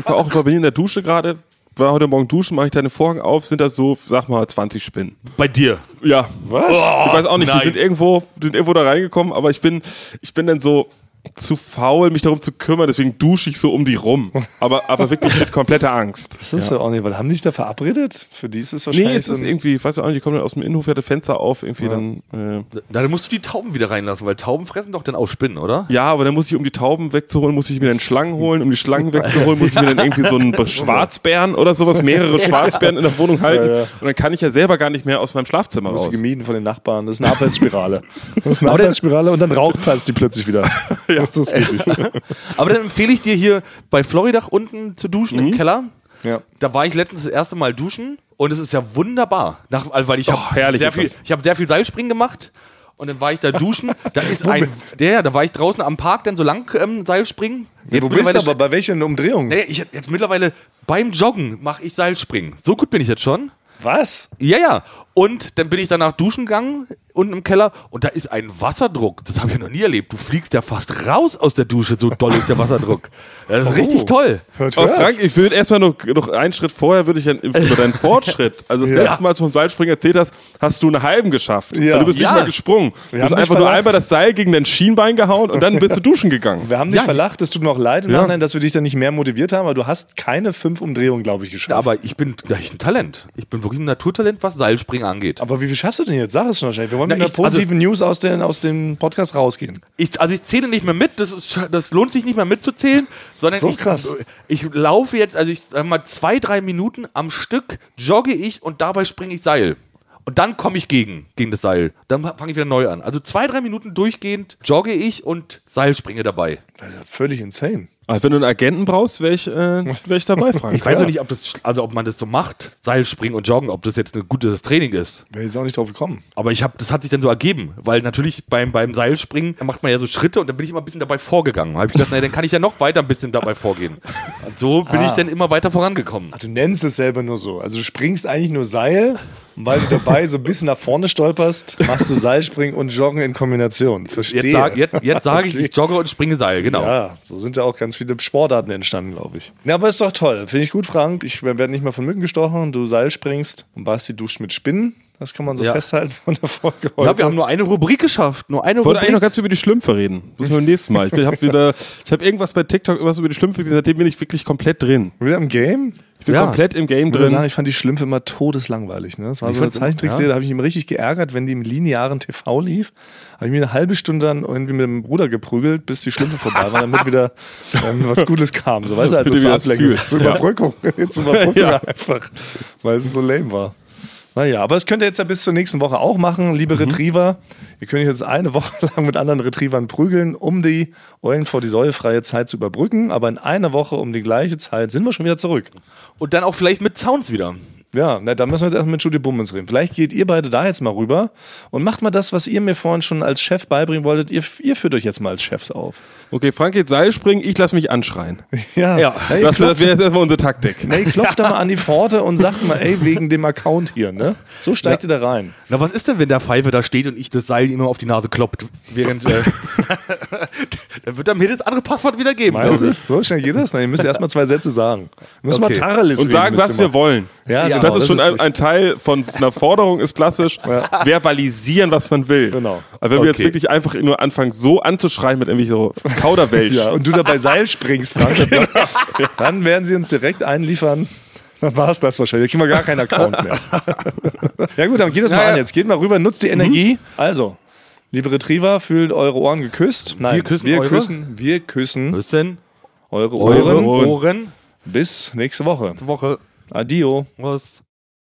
C: Ich war auch bei mir in der Dusche gerade, war heute Morgen duschen, mache ich deine Vorhang auf, sind das so, sag mal, 20 Spinnen.
A: Bei dir.
C: Ja.
B: Was?
C: ich weiß auch nicht,
A: nein.
C: die sind irgendwo, die sind irgendwo da reingekommen, aber ich bin, ich bin dann so zu faul, mich darum zu kümmern, deswegen dusche ich so um die rum. Aber, aber wirklich mit kompletter Angst.
B: Das ist ja auch nicht, weil haben die sich da verabredet? Für die ist es
C: Nee,
B: wahrscheinlich.
C: es ist
B: so ein-
C: irgendwie, ich weiß auch nicht, die kommen dann aus dem Innenhof, ja, das Fenster auf, irgendwie dann. Äh,
A: Na, dann musst du die Tauben wieder reinlassen, weil Tauben fressen doch dann auch Spinnen, oder?
C: ja, aber dann muss ich, um die Tauben wegzuholen, muss ich mir dann Schlangen holen. Um die Schlangen wegzuholen, muss ich mir dann irgendwie so einen Schwarzbären oder sowas, mehrere Schwarzbären in der Wohnung halten.
B: Ja, ja.
C: Und dann kann ich ja selber gar nicht mehr aus meinem Schlafzimmer
B: Wirst
C: raus.
B: du gemieden von den Nachbarn. Das ist eine Abwärtsspirale. Das ist eine Abwärtsspirale und dann raucht platzt die plötzlich wieder. ja. Das geht nicht.
A: Aber dann empfehle ich dir hier bei Floridach unten zu duschen im Keller.
B: Mhm. Ja.
A: Da war ich letztens das erste Mal duschen und es ist ja wunderbar. Nach, also, weil ich
C: Oh,
A: habe
C: herrlich
A: sehr,
C: ist
A: viel-
C: das.
A: ich hab sehr viel Seilspringen gemacht und dann war ich da duschen. da ist ein, der, ja, da war ich draußen am Park dann so lang ähm, Seilspringen. Jetzt
B: Wo bist
A: mittlerweile-
B: du aber? Bei welchen Umdrehungen?
A: Nee, ich, jetzt mittlerweile beim Joggen mache ich Seilspringen. So gut bin ich jetzt schon.
B: Was?
A: Ja, ja. Und dann bin ich danach duschen gegangen, unten im Keller, und da ist ein Wasserdruck. Das habe ich noch nie erlebt. Du fliegst ja fast raus aus der Dusche, so doll ist der Wasserdruck. Das ist richtig toll.
B: Hört,
C: Oh,
B: hört.
C: Frank, ich würde erstmal noch, noch einen Schritt vorher würde ich dann über deinen Fortschritt. Also das
B: Ja.
C: letzte Mal, als du vom Seilspringen erzählt hast, hast du einen halben geschafft.
B: Ja.
C: Weil du bist
A: Ja.
C: nicht mal gesprungen. Du
B: haben
C: hast
B: dich
C: einfach nur
B: verlacht.
C: einmal das Seil gegen dein Schienbein gehauen und dann bist du duschen gegangen.
B: Wir haben dich
A: Ja.
B: verlacht, es tut mir auch leid im
C: Ja.
B: Nachhinein, dass wir dich dann nicht mehr motiviert haben, aber du hast keine fünf Umdrehungen, glaube ich, geschafft.
A: Aber ich bin gleich ein Talent. Ich bin wirklich ein Naturtalent, was Seilspringen angeht.
B: Aber wie viel schaffst du denn jetzt? Sag es schon schnell. Wir wollen wollen mit
A: Na,
B: einer
A: ich- also-
B: positiven News aus, den, aus dem Podcast rausgehen.
A: Ich, also ich zähle nicht mehr mit, das, ist, das lohnt sich nicht mehr mitzuzählen, sondern
B: So
A: ich,
B: krass.
A: ich laufe jetzt, also ich sag mal zwei, drei Minuten am Stück jogge ich und dabei springe ich Seil. Und dann komme ich gegen, gegen das Seil. Dann fange ich wieder neu an. Also zwei, drei Minuten durchgehend jogge ich und Seil springe dabei.
B: Also völlig insane.
C: Aber wenn du einen Agenten brauchst, wäre ich, äh, wär ich dabei, Frank.
A: Ich weiß auch nicht, ob das, also ob man das so macht, Seil springen und joggen, ob das jetzt ein gutes Training ist.
B: Wäre jetzt auch nicht drauf gekommen.
A: Aber ich habe, das hat sich dann so ergeben, weil natürlich beim, beim Seilspringen da macht man ja so Schritte und dann bin ich immer ein bisschen dabei vorgegangen. Habe ich gedacht, naja, dann kann ich ja noch weiter ein bisschen dabei vorgehen. Und so bin
B: Ah.
A: ich dann immer weiter vorangekommen.
B: Du nennst es selber nur so. Also du springst eigentlich nur Seil und weil du dabei so ein bisschen nach vorne stolperst, machst du Seilspringen und Joggen in Kombination. Verstehe.
A: Jetzt sage jetzt, jetzt sag ich, ich jogge und springe Seil, genau.
B: Ja, so sind ja auch ganz viele Sportarten entstanden, glaube ich. Ja, aber ist doch toll. Finde ich gut, Frank. Ich werde nicht mal von Mücken gestochen, du Seil springst und Basti duscht mit Spinnen. Das kann man so
A: Ja.
B: festhalten von der Folge
A: Ja,
B: heute.
A: wir haben nur eine Rubrik geschafft. Nur eine
C: Ich wollte eigentlich noch
A: Rubrik.
C: ganz über die Schlümpfe reden. Müssen wir beim nächsten Mal. Ich bin- hab wieder, ich habe irgendwas bei TikTok irgendwas über die Schlümpfe gesehen, seitdem bin ich wirklich komplett drin.
B: Wieder im Game?
C: Ich bin
A: Ja.
C: komplett im Game
B: Ich würde
C: drin.
B: sagen, ich fand die Schlümpfe immer todeslangweilig. Ne? Das war so eine
A: fand's-
B: Zeichentrickserie,
A: ja.
B: da habe ich mich richtig geärgert, wenn die im linearen TV lief. Habe ich mir eine halbe Stunde dann irgendwie mit dem Bruder geprügelt, bis die Schlümpfe vorbei waren, damit wieder ähm, was Gutes kam. So, weißt du, also
C: Damit du
B: zur
C: wieder was
B: Ablenkung,
C: fühlst.
B: zur
C: Ja.
B: Überbrückung, zur Überbrückung
C: Ja.
B: einfach, weil es so lame war. Naja, aber das könnt ihr jetzt ja bis zur nächsten Woche auch machen, liebe
C: Mhm.
B: Retriever. Ihr könnt jetzt eine Woche lang mit anderen Retrievern prügeln, um die Eulen vor die säulefreie Zeit zu überbrücken. Aber in einer Woche um die gleiche Zeit sind wir schon wieder zurück.
A: Und dann auch vielleicht mit Sounds wieder.
B: Ja, na, da müssen wir jetzt erstmal mit Judy Bummens reden. Vielleicht geht ihr beide da jetzt mal rüber und macht mal das, was ihr mir vorhin schon als Chef beibringen wolltet. Ihr, ihr führt euch jetzt mal als Chefs auf.
C: Okay, Frank geht Seil springen, ich lasse mich anschreien.
A: Ja.
B: Hey,
C: Das,
B: klopft,
C: das wäre jetzt erstmal unsere Taktik.
B: hey, klopft da mal an die Pforte und sagt mal, ey, wegen dem Account hier, ne? So steigt ihr da rein.
A: Na, was ist denn, wenn der Pfeife da steht und ich das Seil immer auf die Nase kloppt? Während. Äh, dann wird er mir das andere Passwort wieder geben.
B: Meinst
A: glaub
B: du?
A: ich.
B: So schnell geht das? Nein, ihr müsst erstmal zwei Sätze sagen. Ihr müsst mal
A: Okay.
B: Tacheles
C: Und
B: reden,
C: sagen,
B: müsst
C: was
B: ihr
C: wir
B: mal.
C: wollen.
B: Ja,
C: Und
B: genau,
C: das ist schon ein,
B: wichtig.
C: ein Teil von einer Forderung, ist klassisch. Verbalisieren, was man will.
B: Genau.
C: Aber wenn wir jetzt
A: Okay.
C: wirklich einfach nur anfangen, so anzuschreien mit irgendwie so Kauderwelsch.
B: Ja, und du dabei Seil springst, Frank, dann, Genau. dann werden sie uns direkt einliefern. Dann war es das wahrscheinlich. Da kriegen wir gar keinen Account mehr. ja gut, dann geht das mal
A: Ja, ja.
B: an jetzt. Geht mal rüber, nutzt die Energie. Also, liebe Retriever, fühlt eure Ohren geküsst. Nein,
A: Wir küssen
B: wir
A: eure?
B: küssen, wir küssen
A: Was ist denn?
B: eure
A: Ohren,
B: Ohren.
A: Ohren,
B: Bis nächste Woche.
A: Woche.
B: Adio.
A: Was?